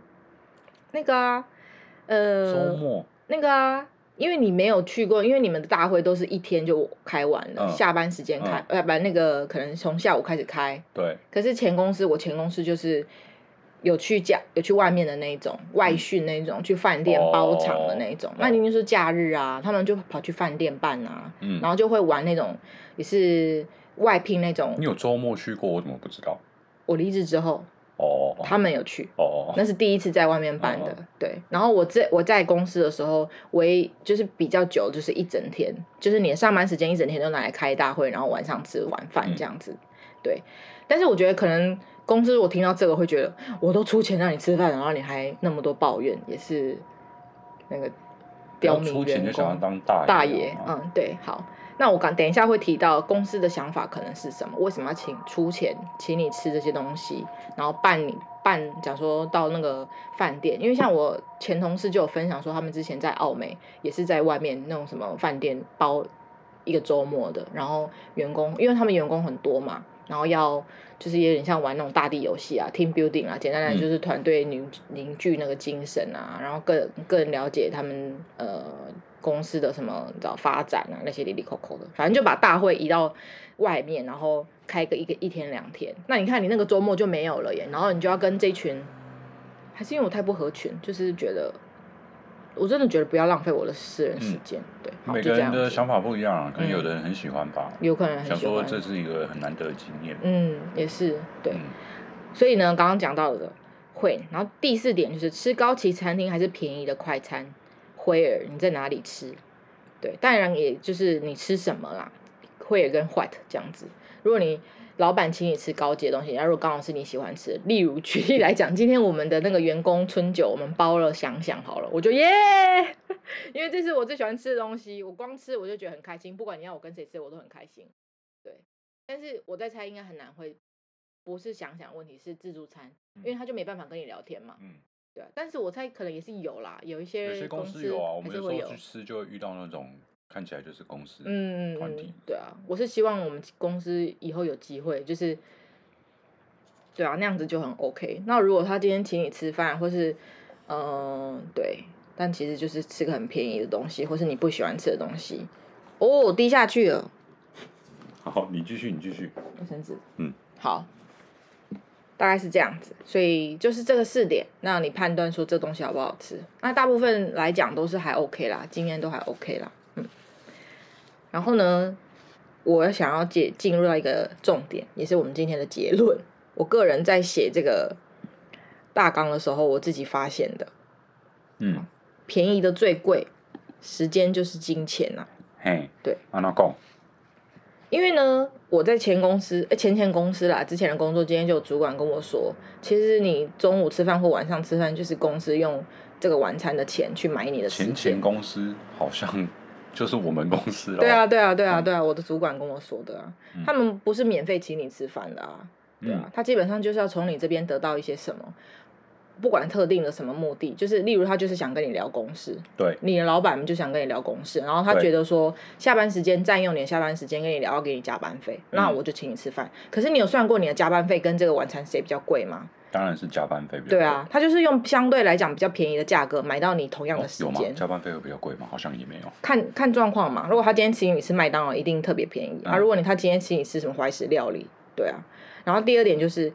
[SPEAKER 2] 那个啊，呃，
[SPEAKER 1] 周末
[SPEAKER 2] 那个啊，因为你没有去过，因为你们的大会都是一天就开完了，
[SPEAKER 1] 嗯
[SPEAKER 2] 下班时间开，呃、不，那个可能从下午开始开。
[SPEAKER 1] 对，
[SPEAKER 2] 可是前公司，我前公司就是有去假，有去外面的那一种外训那一种，去饭店
[SPEAKER 1] 嗯哦
[SPEAKER 2] 包场的那一种。
[SPEAKER 1] 哦
[SPEAKER 2] 那明明是假日啊，他们就跑去饭店办啊，
[SPEAKER 1] 嗯
[SPEAKER 2] 然，后就会玩那种也是外聘那种
[SPEAKER 1] 你。有周末去过，我怎么不知道？
[SPEAKER 2] 我离职之后，
[SPEAKER 1] 哦
[SPEAKER 2] 他们有去，
[SPEAKER 1] 哦，
[SPEAKER 2] 那是第一次在外面办的，对。然后我在我在公司的时候，唯一就是比较久，就是一整天，就是你上班时间一整天都拿来开大会，然后晚上吃晚饭
[SPEAKER 1] 嗯
[SPEAKER 2] 这样子，对。但是我觉得可能公司我听到这个会觉得，我都出钱让你吃饭，然后你还那么多抱怨，也是那个
[SPEAKER 1] 不要
[SPEAKER 2] 刁民
[SPEAKER 1] 出钱
[SPEAKER 2] 员
[SPEAKER 1] 就想要
[SPEAKER 2] 工。
[SPEAKER 1] 当大
[SPEAKER 2] 大
[SPEAKER 1] 爷
[SPEAKER 2] 爷，
[SPEAKER 1] 啊，
[SPEAKER 2] 嗯，对，好。那我刚等一下会提到公司的想法可能是什么，为什么要请出钱请你吃这些东西，然后办你办，假如说到那个饭店，因为像我前同事就有分享说，他们之前在澳美也是在外面那种什么饭店包一个周末的，然后员工因为他们员工很多嘛，然后要就是有点像玩那种大地游戏啊，team building 啊，简单来
[SPEAKER 1] 嗯
[SPEAKER 2] 说就是团队凝凝聚那个精神啊，然后更更了解他们呃公司的什么你知道发展啊那些里里扣扣的，反正就把大会移到外面，然后开个一个一天两天。那你看你那个周末就没有了耶，然后你就要跟这群，还是因为我太不合群，就是觉得我真的觉得不要浪费我的私人时间，对，好
[SPEAKER 1] 嗯每
[SPEAKER 2] 就
[SPEAKER 1] 个人
[SPEAKER 2] 这样
[SPEAKER 1] 的
[SPEAKER 2] 子。
[SPEAKER 1] 想法不一样啊，可能
[SPEAKER 2] 嗯
[SPEAKER 1] 有的人很喜欢吧，
[SPEAKER 2] 有可能很
[SPEAKER 1] 想
[SPEAKER 2] 喜
[SPEAKER 1] 说
[SPEAKER 2] 欢，
[SPEAKER 1] 这是一个很难得的经验，
[SPEAKER 2] 嗯，也是对。
[SPEAKER 1] 嗯
[SPEAKER 2] 所以呢，刚刚讲到的会，然后第四点就是吃高级餐厅还是便宜的快餐，惠尔你在哪里吃？对，当然也就是你吃什么啦，惠尔跟 white 这样子。如果你老板请你吃高级的东西，然后如果刚好是你喜欢吃的，例如举例来讲，今天我们的那个员工春酒，我们包了想想好了，我就耶， 因为这是我最喜欢吃的东西，我光吃我就觉得很开心，不管你要我跟谁吃，我都很开心。对，但是我在猜应该很难会，不是想想问题是自助餐，因为他就没办法跟你聊天嘛。
[SPEAKER 1] 嗯，
[SPEAKER 2] 对啊，但是我猜可能也是有啦，有一些
[SPEAKER 1] 有些公司
[SPEAKER 2] 司
[SPEAKER 1] 有啊，我
[SPEAKER 2] 还
[SPEAKER 1] 们
[SPEAKER 2] 是
[SPEAKER 1] 有
[SPEAKER 2] 会
[SPEAKER 1] 时
[SPEAKER 2] 有
[SPEAKER 1] 候去。吃就会遇到那种看起来就是公司，
[SPEAKER 2] 嗯，
[SPEAKER 1] 团
[SPEAKER 2] 嗯
[SPEAKER 1] 体
[SPEAKER 2] 嗯对啊，我是希望我们公司以后有机会，就是，对啊，那样子就很 OK。那如果他今天请你吃饭，或是，嗯、对，但其实就是吃个很便宜的东西，或是你不喜欢吃的东西，哦，低下去了，
[SPEAKER 1] 好，你继续，你继续，
[SPEAKER 2] 卫生纸，
[SPEAKER 1] 嗯，
[SPEAKER 2] 好，大概是这样子，所以就是这个四点，让你判断说这东西好不好吃。那大部分来讲都是还 OK 啦，经验都还 OK 啦，嗯。然后呢，我想要解进入到一个重点，也是我们今天的结论。我个人在写这个大纲的时候，我自己发现的，
[SPEAKER 1] 嗯，
[SPEAKER 2] 便宜的最贵，时间就是金钱啊呐、
[SPEAKER 1] 嘿，啊
[SPEAKER 2] 对，
[SPEAKER 1] 安娜贡，
[SPEAKER 2] 因为呢，我在前公司、呃前前公司啦，之前的工作，今天就有主管跟我说，其实你中午吃饭或晚上吃饭，就是公司用这个晚餐的钱去买你的时
[SPEAKER 1] 前前
[SPEAKER 2] 间。
[SPEAKER 1] 公司好像 就是我们公司了，
[SPEAKER 2] 对啊，对啊，对啊，对啊，我的主管跟我说的啊，
[SPEAKER 1] 嗯
[SPEAKER 2] 他们不是免费请你吃饭的啊，对啊
[SPEAKER 1] 嗯，，
[SPEAKER 2] 他基本上就是要从你这边得到一些什么，不管特定的什么目的，就是例如他就是想跟你聊公事，
[SPEAKER 1] 对，
[SPEAKER 2] 你的老板们就想跟你聊公事，然后他
[SPEAKER 1] 对
[SPEAKER 2] 觉得说下班时间占用你的下班时间跟你聊，要给你加班费，
[SPEAKER 1] 嗯
[SPEAKER 2] 那我就请你吃饭。可是你有算过你的加班费跟这个晚餐谁比较贵吗？
[SPEAKER 1] 当然是加班费比较贵，
[SPEAKER 2] 对啊，他就是用相对来讲比较便宜的价格买到你同样
[SPEAKER 1] 哦
[SPEAKER 2] 的时
[SPEAKER 1] 有吗
[SPEAKER 2] 间，？
[SPEAKER 1] 加班费会比较贵吗？好像也没有，
[SPEAKER 2] 看看状况嘛。如果他今天请你吃麦当劳，一定特别便宜、啊。
[SPEAKER 1] 嗯
[SPEAKER 2] 如果你他今天请你吃什么怀石料理，对啊。然后第二点就是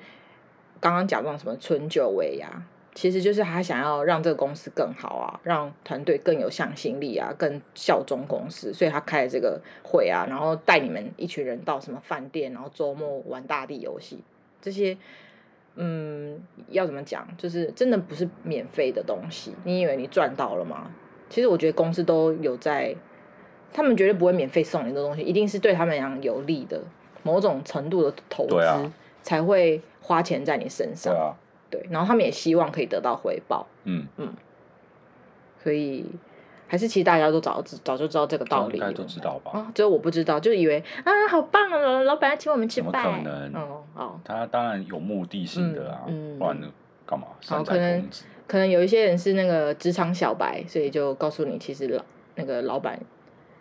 [SPEAKER 2] 刚刚讲到什么春酒尾呀、其实就是他想要让这个公司更好啊，让团队更有向心力啊，更效忠公司，所以他开了这个会啊，然后带你们一群人到什么饭店，然后周末玩大地游戏这些。嗯，要怎么讲？就是真的不是免费的东西。你以为你赚到了吗？其实我觉得公司都有在，他们绝对不会免费送你的东西，一定是对他们来讲有利的某种程度的投资、
[SPEAKER 1] 对啊
[SPEAKER 2] 才会花钱在你身
[SPEAKER 1] 对
[SPEAKER 2] 上。
[SPEAKER 1] 啊，
[SPEAKER 2] 对，然后他们也希望可以得到回报，
[SPEAKER 1] 嗯，
[SPEAKER 2] 所以还是其实大家都早知早就知道这个道理
[SPEAKER 1] 应
[SPEAKER 2] 了
[SPEAKER 1] 该都知道吧？
[SPEAKER 2] 啊，只有我不知道，就以为啊好棒哦，老板要请我们吃
[SPEAKER 1] 怎么
[SPEAKER 2] 饭，
[SPEAKER 1] 可能
[SPEAKER 2] 哦哦，
[SPEAKER 1] 他当然有目的性的啊，
[SPEAKER 2] 嗯嗯
[SPEAKER 1] 不然呢干嘛？
[SPEAKER 2] 好
[SPEAKER 1] 山
[SPEAKER 2] 可
[SPEAKER 1] 寨
[SPEAKER 2] 能
[SPEAKER 1] 童子，
[SPEAKER 2] 可能有一些人是那个职场小白，所以就告诉你，其实老那个老板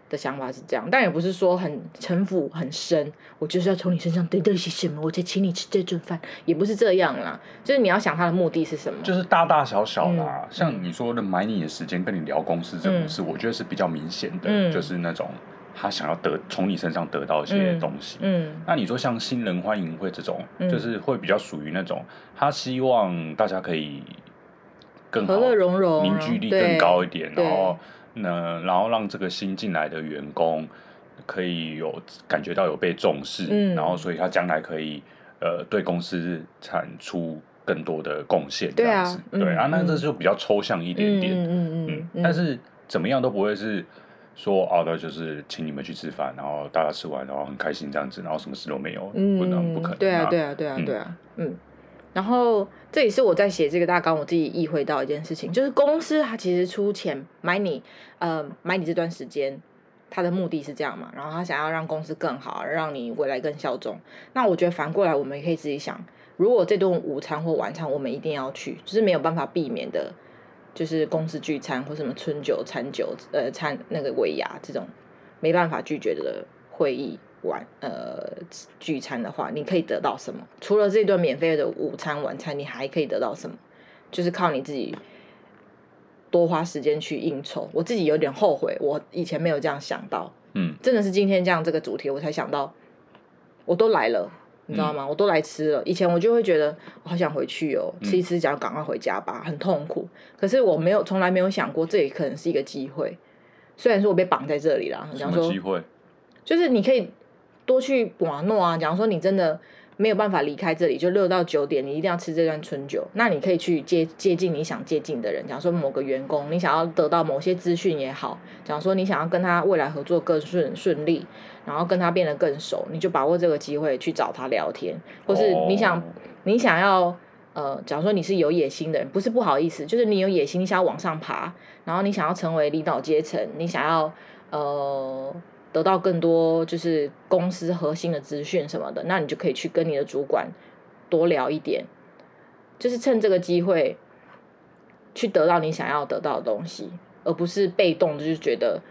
[SPEAKER 2] 的想法是这样，但也不是说很城府很深，我就是要从你身上得到一些什么，我才请你吃这顿饭，也不是这样啦，就是你要想他的目的是什么。
[SPEAKER 1] 就是大大小小啦，
[SPEAKER 2] 嗯
[SPEAKER 1] 像你说的买你的时间，跟你聊公司这种事，我觉得是比较明显的，
[SPEAKER 2] 嗯
[SPEAKER 1] 就是那种他想要得从你身上得到一些东西。
[SPEAKER 2] 嗯
[SPEAKER 1] 那你说像新人欢迎会这种，
[SPEAKER 2] 嗯
[SPEAKER 1] 就是会比较属于那种他希望大家可以更好
[SPEAKER 2] 和乐融融
[SPEAKER 1] 凝聚力
[SPEAKER 2] 对
[SPEAKER 1] 更高一点，
[SPEAKER 2] 对
[SPEAKER 1] 然后呢，然后让这个新进来的员工可以有感觉到有被重视，
[SPEAKER 2] 嗯
[SPEAKER 1] 然后所以他将来可以呃对公司产出更多的贡献这
[SPEAKER 2] 对啊
[SPEAKER 1] 样子。
[SPEAKER 2] 嗯
[SPEAKER 1] 对啊，那
[SPEAKER 2] 嗯
[SPEAKER 1] 这就比较抽象一点
[SPEAKER 2] 嗯
[SPEAKER 1] 点。
[SPEAKER 2] 嗯嗯
[SPEAKER 1] 嗯
[SPEAKER 2] 嗯，，
[SPEAKER 1] 但是怎么样都不会是说哦，那就是请你们去吃饭，然后大家吃完，然后很开心这样子，然后什么事都没有，
[SPEAKER 2] 嗯，
[SPEAKER 1] 不能不可能、
[SPEAKER 2] 对啊，对啊，对啊，
[SPEAKER 1] 嗯
[SPEAKER 2] 对啊，嗯。然后这也是我在写这个大纲，我自己意会到一件事情，就是公司它其实出钱买你，呃，买你这段时间，它的目的是这样嘛，然后他想要让公司更好，让你未来更效忠。那我觉得反过来，我们也可以自己想，如果这顿午餐或晚餐我们一定要去，就是没有办法避免的，就是公司聚餐或什么春酒、餐酒、呃餐那个尾牙这种没办法拒绝的会议晚呃聚餐的话，你可以得到什么？除了这顿免费的午餐、晚餐，你还可以得到什么？就是靠你自己多花时间去应酬。我自己有点后悔，我以前没有这样想到。
[SPEAKER 1] 嗯
[SPEAKER 2] 真的是今天这样这个主题，我才想到，我都来了，你知道吗？
[SPEAKER 1] 嗯
[SPEAKER 2] 我都来吃了。以前我就会觉得我好想回去哦，吃一吃，想要赶快回家吧，很痛苦。可是我没有，从来没有想过这也可能是一个机会。虽然说我被绑在这里啦，
[SPEAKER 1] 什
[SPEAKER 2] 想
[SPEAKER 1] 么
[SPEAKER 2] 说
[SPEAKER 1] 机会？
[SPEAKER 2] 就是你可以多去瓦诺啊。假如说你真的没有办法离开这里，就六到九点，你一定要吃这段春酒。那你可以去接接近你想接近的人，假如说某个员工，你想要得到某些资讯也好，假如说你想要跟他未来合作更顺顺利，然后跟他变得更熟，你就把握这个机会去找他聊天，或是你想、
[SPEAKER 1] 哦
[SPEAKER 2] 你想要。呃，假如说你是有野心的人，不是不好意思，就是你有野心，你想要往上爬，然后你想要成为领导阶层，你想要呃得到更多就是公司核心的资讯什么的，那你就可以去跟你的主管多聊一点，就是趁这个机会去得到你想要得到的东西，而不是被动就是觉得。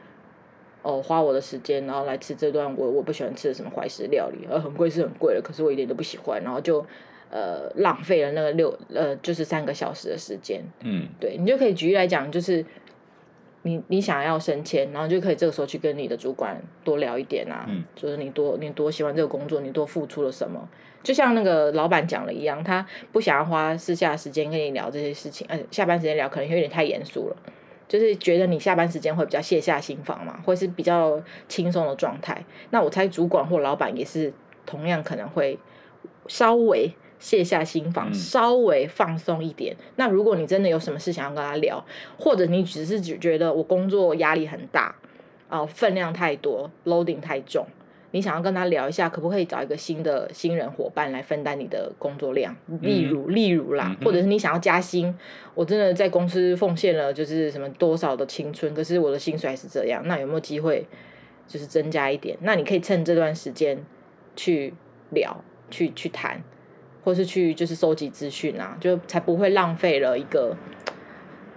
[SPEAKER 2] 哦，花我的时间，然后来吃这段我我不喜欢吃的什么怀石料理，呃，很贵是很贵了，可是我一点都不喜欢，然后就呃浪费了那个六呃就是三个小时的时间，
[SPEAKER 1] 嗯
[SPEAKER 2] 对你就可以举例来讲，就是你你想要升迁，然后就可以这个时候去跟你的主管多聊一点啊，
[SPEAKER 1] 嗯
[SPEAKER 2] 就是你多你多喜欢这个工作，你多付出了什么，就像那个老板讲了一样，他不想要花私下的时间跟你聊这些事情，呃，下班时间聊可能有点太严肃了。就是觉得你下班时间会比较卸下心防嘛，或是比较轻松的状态。那我猜主管或老板也是同样可能会稍微卸下心防，
[SPEAKER 1] 嗯
[SPEAKER 2] 稍微放松一点。那如果你真的有什么事想要跟他聊，或者你只是只觉得我工作压力很大，啊、分量太多，loading 太重，你想要跟他聊一下，可不可以找一个新的新人伙伴来分担你的工作量？例如，例如啦
[SPEAKER 1] 嗯，哼
[SPEAKER 2] 或者是你想要加薪，我真的在公司奉献了就是什么多少的青春，可是我的薪水还是这样，那有没有机会就是增加一点？那你可以趁这段时间去聊，去去谈，或是去就是收集资讯啊，就才不会浪费了一个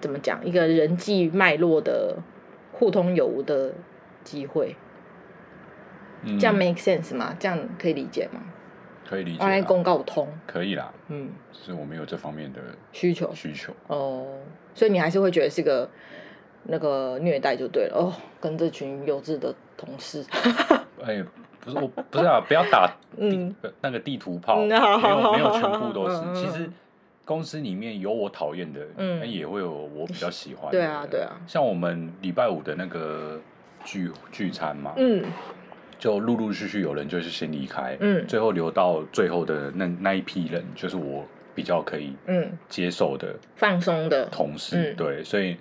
[SPEAKER 2] 怎么讲一个人际脉络的互通有无的机会。
[SPEAKER 1] 嗯，
[SPEAKER 2] 这样 make sense 吗？这样可以理解吗？
[SPEAKER 1] 可以理解啊
[SPEAKER 2] 我来
[SPEAKER 1] 啦，
[SPEAKER 2] 公告通，
[SPEAKER 1] 可以啦，
[SPEAKER 2] 嗯，
[SPEAKER 1] 只是我没有这方面的
[SPEAKER 2] 需求
[SPEAKER 1] 需求。
[SPEAKER 2] 哦，所以你还是会觉得是个那个虐待就对了哦，跟这群幼稚的同事，
[SPEAKER 1] 哎、不是我，不是啊，不要 打
[SPEAKER 2] 嗯
[SPEAKER 1] 地呃那个地图炮，
[SPEAKER 2] 嗯
[SPEAKER 1] 没有没有
[SPEAKER 2] 好
[SPEAKER 1] 全部都是
[SPEAKER 2] 嗯嗯。嗯
[SPEAKER 1] 其实公司里面有我讨厌的，
[SPEAKER 2] 嗯
[SPEAKER 1] 那也会有我比较喜欢的。
[SPEAKER 2] 对啊对啊
[SPEAKER 1] 像我们礼拜五的那个聚聚餐嘛，
[SPEAKER 2] 嗯
[SPEAKER 1] 就陆陆续续有人就是先离开，
[SPEAKER 2] 嗯
[SPEAKER 1] 最后留到最后的那那一批人，就是我比较可以
[SPEAKER 2] 嗯，
[SPEAKER 1] 接受的
[SPEAKER 2] 放松的，
[SPEAKER 1] 同事。
[SPEAKER 2] 嗯
[SPEAKER 1] 对，所以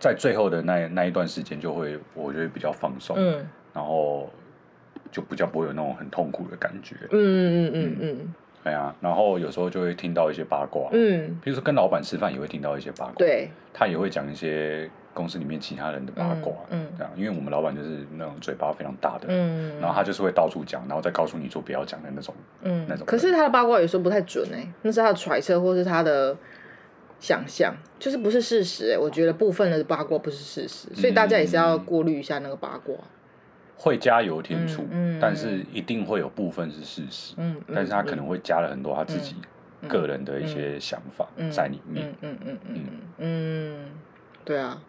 [SPEAKER 1] 在最后的那那一段时间，就会我觉得比较放松。
[SPEAKER 2] 嗯
[SPEAKER 1] 然后就比较不会有那种很痛苦的感觉。
[SPEAKER 2] 嗯嗯嗯嗯
[SPEAKER 1] 哎呀，然后有时候就会听到一些八卦，
[SPEAKER 2] 嗯，
[SPEAKER 1] 比如说跟老板吃饭也会听到一些八卦，，
[SPEAKER 2] 对，
[SPEAKER 1] 他也会讲一些公司里面其他人的八卦，
[SPEAKER 2] 嗯嗯
[SPEAKER 1] 这样，因为我们老板就是那种嘴巴非常大的人，
[SPEAKER 2] 嗯，
[SPEAKER 1] 然后他就是会到处讲，然后再告诉你说不要讲的那种，
[SPEAKER 2] 嗯
[SPEAKER 1] 那种人
[SPEAKER 2] 可是他的八卦有时候不太准哎、那是他的揣测或是他的想象，就是不是事实哎、我觉得部分的八卦不是事实，所以大家也是
[SPEAKER 1] 嗯
[SPEAKER 2] 要过滤一下那个八卦。
[SPEAKER 1] 会加油添醋，
[SPEAKER 2] 嗯嗯
[SPEAKER 1] 但是一定会有部分是事实，
[SPEAKER 2] 嗯，嗯
[SPEAKER 1] 但是他可能会加了很多他自己
[SPEAKER 2] 嗯
[SPEAKER 1] 个人的一些想法
[SPEAKER 2] 嗯
[SPEAKER 1] 在里面，
[SPEAKER 2] 嗯嗯嗯嗯嗯嗯，对啊，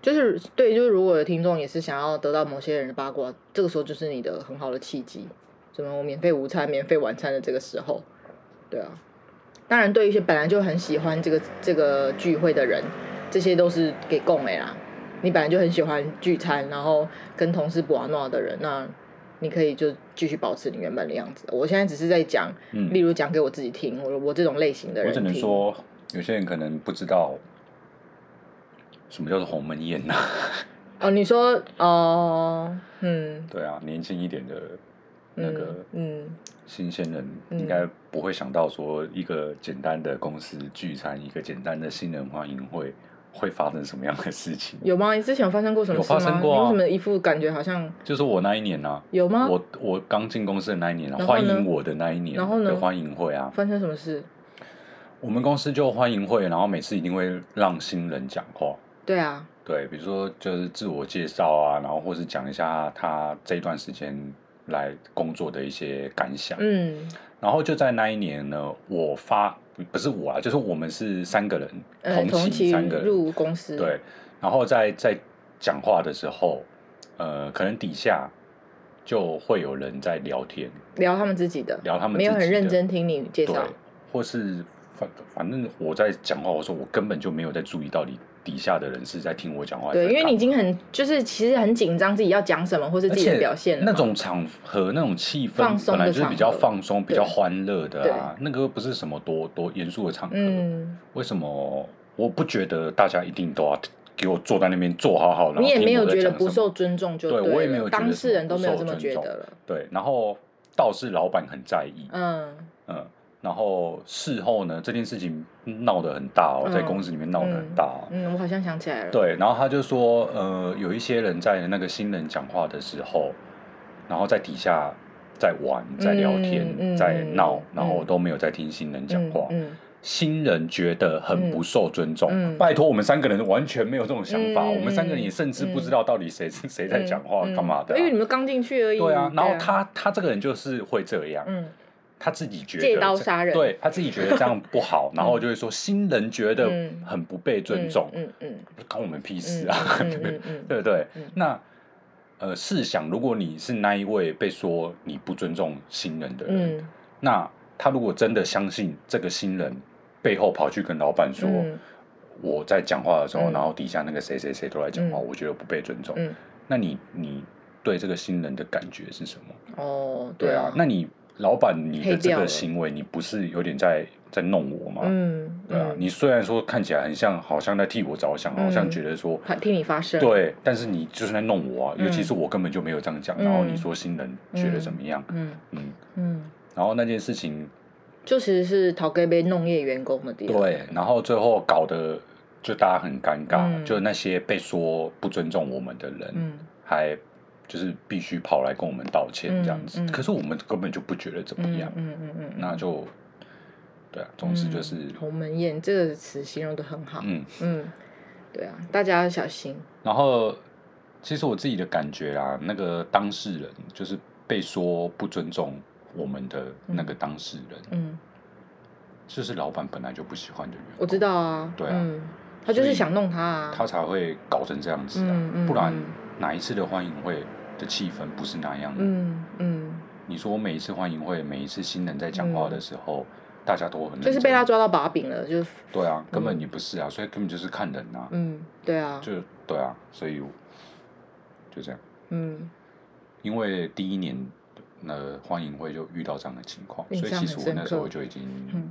[SPEAKER 2] 就是对，就是如果有听众也是想要得到某些人的八卦，这个时候就是你的很好的契机，什么免费午餐、免费晚餐的这个时候，对啊。当然，对于一些本来就很喜欢这个这个聚会的人，这些都是给啊供诶啦。你本来就很喜欢聚餐，然后跟同事不玩闹的人，那你可以就继续保持你原本的样子。我现在只是在讲，
[SPEAKER 1] 嗯
[SPEAKER 2] 例如讲给我自己听，我我这种类型的
[SPEAKER 1] 我
[SPEAKER 2] 人
[SPEAKER 1] 只能
[SPEAKER 2] 听
[SPEAKER 1] 说，有些人可能不知道什么叫做鸿门宴呐、
[SPEAKER 2] 哦，你说哦，嗯
[SPEAKER 1] 对啊，年轻一点的那个
[SPEAKER 2] 嗯
[SPEAKER 1] 新鲜人
[SPEAKER 2] 嗯
[SPEAKER 1] 应该不会想到说，一个简单的公司聚餐，一个简单的新人欢迎会会发生什么样的事情。
[SPEAKER 2] 有吗？你之前有发生过什么
[SPEAKER 1] 有
[SPEAKER 2] 事吗？
[SPEAKER 1] 发生过啊
[SPEAKER 2] 你为什么一副感觉好像
[SPEAKER 1] 就是我那一年呢、
[SPEAKER 2] 有吗？
[SPEAKER 1] 我我刚进公司的那一年啊，
[SPEAKER 2] 啊然后
[SPEAKER 1] 欢
[SPEAKER 2] 呢
[SPEAKER 1] 迎我的那一年
[SPEAKER 2] 然后呢
[SPEAKER 1] 的欢迎会啊，
[SPEAKER 2] 发生什么事？
[SPEAKER 1] 我们公司就欢迎会，然后每次一定会让新人讲话。
[SPEAKER 2] 对啊，
[SPEAKER 1] 对，比如说就是自我介绍啊，然后或是讲一下他这段时间来工作的一些感想。
[SPEAKER 2] 嗯
[SPEAKER 1] 然后就在那一年呢，我发不是我啊，就是我们是三个人，
[SPEAKER 2] 呃，同
[SPEAKER 1] 期
[SPEAKER 2] 期
[SPEAKER 1] 三个人，
[SPEAKER 2] 入公司，
[SPEAKER 1] 对。然后在在讲话的时候，呃，可能底下就会有人在聊天，
[SPEAKER 2] 聊他们自己的，
[SPEAKER 1] 聊他们
[SPEAKER 2] 没有
[SPEAKER 1] 自
[SPEAKER 2] 很
[SPEAKER 1] 己
[SPEAKER 2] 认
[SPEAKER 1] 的
[SPEAKER 2] 真听你介
[SPEAKER 1] 对
[SPEAKER 2] 绍，，
[SPEAKER 1] 或是反反正我在讲话的时候，我根本就没有在注意到底底下的人是在听我讲话还是
[SPEAKER 2] 对，
[SPEAKER 1] 在干嘛。
[SPEAKER 2] 因为你已经很就是其实很紧张自己要讲什么或是
[SPEAKER 1] 而
[SPEAKER 2] 自己的
[SPEAKER 1] 且
[SPEAKER 2] 表现了嘛
[SPEAKER 1] 那种场合、那种气
[SPEAKER 2] 放
[SPEAKER 1] 氛，
[SPEAKER 2] 松
[SPEAKER 1] 本
[SPEAKER 2] 的
[SPEAKER 1] 来就是比较
[SPEAKER 2] 场合
[SPEAKER 1] 放松、比较
[SPEAKER 2] 对
[SPEAKER 1] 欢乐的啊。那个又不是什么多多严肃的场合，
[SPEAKER 2] 嗯，
[SPEAKER 1] 为什么我不觉得大家一定都要给我坐在那边坐好好？然后
[SPEAKER 2] 你也
[SPEAKER 1] 听
[SPEAKER 2] 没有
[SPEAKER 1] 我在
[SPEAKER 2] 觉得
[SPEAKER 1] 讲
[SPEAKER 2] 不
[SPEAKER 1] 什么
[SPEAKER 2] 受尊重就
[SPEAKER 1] 对
[SPEAKER 2] 了
[SPEAKER 1] 我也没有觉得
[SPEAKER 2] 当事人都没有
[SPEAKER 1] 不受
[SPEAKER 2] 这么
[SPEAKER 1] 尊
[SPEAKER 2] 觉
[SPEAKER 1] 重
[SPEAKER 2] 得了，
[SPEAKER 1] 对，然后倒是老板很在意，
[SPEAKER 2] 嗯
[SPEAKER 1] 嗯，然后事后呢，这件事情闹得很大哦，
[SPEAKER 2] 嗯
[SPEAKER 1] 在公司里面闹得很大、哦。
[SPEAKER 2] 嗯，我好像想起来了，
[SPEAKER 1] 对，然后他就说，呃，有一些人在那个新人讲话的时候，然后在底下在玩、在聊天、
[SPEAKER 2] 嗯
[SPEAKER 1] 在闹，
[SPEAKER 2] 嗯
[SPEAKER 1] 然后都没有在听新人讲
[SPEAKER 2] 嗯
[SPEAKER 1] 话。
[SPEAKER 2] 嗯，
[SPEAKER 1] 新人觉得很不受尊重，
[SPEAKER 2] 嗯嗯
[SPEAKER 1] 拜托，我们三个人完全没有这种想法，
[SPEAKER 2] 嗯嗯嗯
[SPEAKER 1] 我们三个人也甚至不知道到底谁是、谁在讲话
[SPEAKER 2] 嗯嗯
[SPEAKER 1] 干嘛的啊、
[SPEAKER 2] 因为你们刚进去而已，
[SPEAKER 1] 对啊，然后他他这个人就是会这样，
[SPEAKER 2] 嗯，
[SPEAKER 1] 他自己觉得
[SPEAKER 2] 借刀
[SPEAKER 1] 这
[SPEAKER 2] 杀人
[SPEAKER 1] 对他自己觉得这样不好，然后就会说新人觉得
[SPEAKER 2] 嗯
[SPEAKER 1] 很不被尊重，
[SPEAKER 2] 嗯嗯，
[SPEAKER 1] 关我们屁
[SPEAKER 2] 嗯
[SPEAKER 1] 事啊，
[SPEAKER 2] 嗯嗯嗯嗯
[SPEAKER 1] 对不对
[SPEAKER 2] 嗯？
[SPEAKER 1] 那呃，试想，如果你是那一位被说你不尊重新人的人，
[SPEAKER 2] 嗯，
[SPEAKER 1] 那他如果真的相信这个新人背后跑去跟老板说。
[SPEAKER 2] 嗯
[SPEAKER 1] 我在讲话的时候，
[SPEAKER 2] 嗯
[SPEAKER 1] 然后底下那个谁谁谁都在讲话，
[SPEAKER 2] 嗯
[SPEAKER 1] 我觉得不被尊重。
[SPEAKER 2] 嗯
[SPEAKER 1] 那你你对这个新人的感觉是什么？
[SPEAKER 2] 哦，
[SPEAKER 1] 对
[SPEAKER 2] 啊
[SPEAKER 1] 啊，，那你老板你的
[SPEAKER 2] 黑
[SPEAKER 1] 这
[SPEAKER 2] 掉
[SPEAKER 1] 个
[SPEAKER 2] 了
[SPEAKER 1] 行为，你不是有点在在弄我吗？
[SPEAKER 2] 嗯，
[SPEAKER 1] 对啊，
[SPEAKER 2] 嗯
[SPEAKER 1] 你虽然说看起来很像，好像在替我着想，好像
[SPEAKER 2] 嗯
[SPEAKER 1] 觉得说，
[SPEAKER 2] 他替你发声，
[SPEAKER 1] 对，但是你就是在弄我啊，尤其
[SPEAKER 2] 嗯
[SPEAKER 1] 是我根本就没有这样讲，然后你
[SPEAKER 2] 嗯
[SPEAKER 1] 说新人觉得怎么样？
[SPEAKER 2] 嗯
[SPEAKER 1] 嗯，
[SPEAKER 2] 嗯，
[SPEAKER 1] 然后那件事情，
[SPEAKER 2] 就其实是陶哥被弄业员工的地方，
[SPEAKER 1] 对，然后最后搞得就大家很尴尬，
[SPEAKER 2] 嗯
[SPEAKER 1] 就那些被说不尊重我们的人，
[SPEAKER 2] 嗯
[SPEAKER 1] 还就是必须跑来跟我们道歉这样子，
[SPEAKER 2] 嗯嗯
[SPEAKER 1] 可是我们根本就不觉得怎么
[SPEAKER 2] 嗯
[SPEAKER 1] 样
[SPEAKER 2] 嗯，嗯嗯，
[SPEAKER 1] 那就对啊，总之就是
[SPEAKER 2] 嗯鸿门宴这个词形容的很好，
[SPEAKER 1] 嗯，
[SPEAKER 2] 嗯，对啊，大家要小心，
[SPEAKER 1] 然后其实我自己的感觉啊，那个当事人就是被说不尊重我们的那个当事人，
[SPEAKER 2] 嗯，
[SPEAKER 1] 就是老板本来就不喜欢的员工，
[SPEAKER 2] 我知道啊，
[SPEAKER 1] 对啊
[SPEAKER 2] 嗯，他就是想弄他啊，
[SPEAKER 1] 他才会搞成这样子啊，
[SPEAKER 2] 嗯嗯
[SPEAKER 1] 不然
[SPEAKER 2] 嗯
[SPEAKER 1] 哪一次的欢迎会的气氛不是那样的？
[SPEAKER 2] 嗯嗯，
[SPEAKER 1] 你说每一次欢迎会，每一次新人在讲话的时候，大家都很认
[SPEAKER 2] 嗯就是被
[SPEAKER 1] 真
[SPEAKER 2] 他抓到把柄了，就是，
[SPEAKER 1] 对啊，根本
[SPEAKER 2] 嗯
[SPEAKER 1] 你不是啊，所以根本就是看人啊，
[SPEAKER 2] 嗯，对啊，
[SPEAKER 1] 就对啊，所以我就这样。
[SPEAKER 2] 嗯，
[SPEAKER 1] 因为第一年呃欢迎会就遇到这样的情况，
[SPEAKER 2] 印
[SPEAKER 1] 所以其实
[SPEAKER 2] 象很
[SPEAKER 1] 我那
[SPEAKER 2] 深
[SPEAKER 1] 时候
[SPEAKER 2] 刻
[SPEAKER 1] 就已经
[SPEAKER 2] 嗯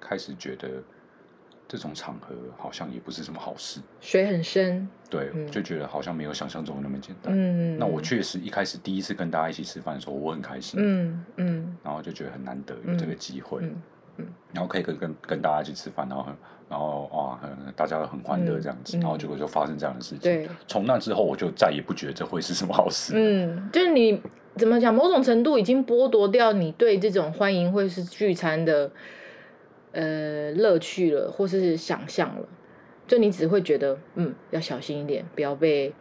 [SPEAKER 1] 开始觉得这种场合好像也不是什么好事，
[SPEAKER 2] 水很深，
[SPEAKER 1] 对，
[SPEAKER 2] 嗯
[SPEAKER 1] 就觉得好像没有想象中的那么简单。
[SPEAKER 2] 嗯，
[SPEAKER 1] 那我，确实一开始第一次跟大家一起吃饭的时候，我很开心，
[SPEAKER 2] 嗯嗯
[SPEAKER 1] 然后就觉得很难得有这个机会，
[SPEAKER 2] 嗯
[SPEAKER 1] 然后可以跟跟跟大家一起吃饭，然后很然后啊，很大家都很欢乐
[SPEAKER 2] 嗯
[SPEAKER 1] 这样子，
[SPEAKER 2] 嗯
[SPEAKER 1] 然后结果就发生这样的事情
[SPEAKER 2] 对。
[SPEAKER 1] 从那之后，我就再也不觉得这会是什么好事。
[SPEAKER 2] 嗯，就是你怎么讲，某种程度已经剥夺掉你对这种欢迎会是聚餐的呃乐趣了，或是想象了。就你只会觉得，嗯，要小心一点，不要被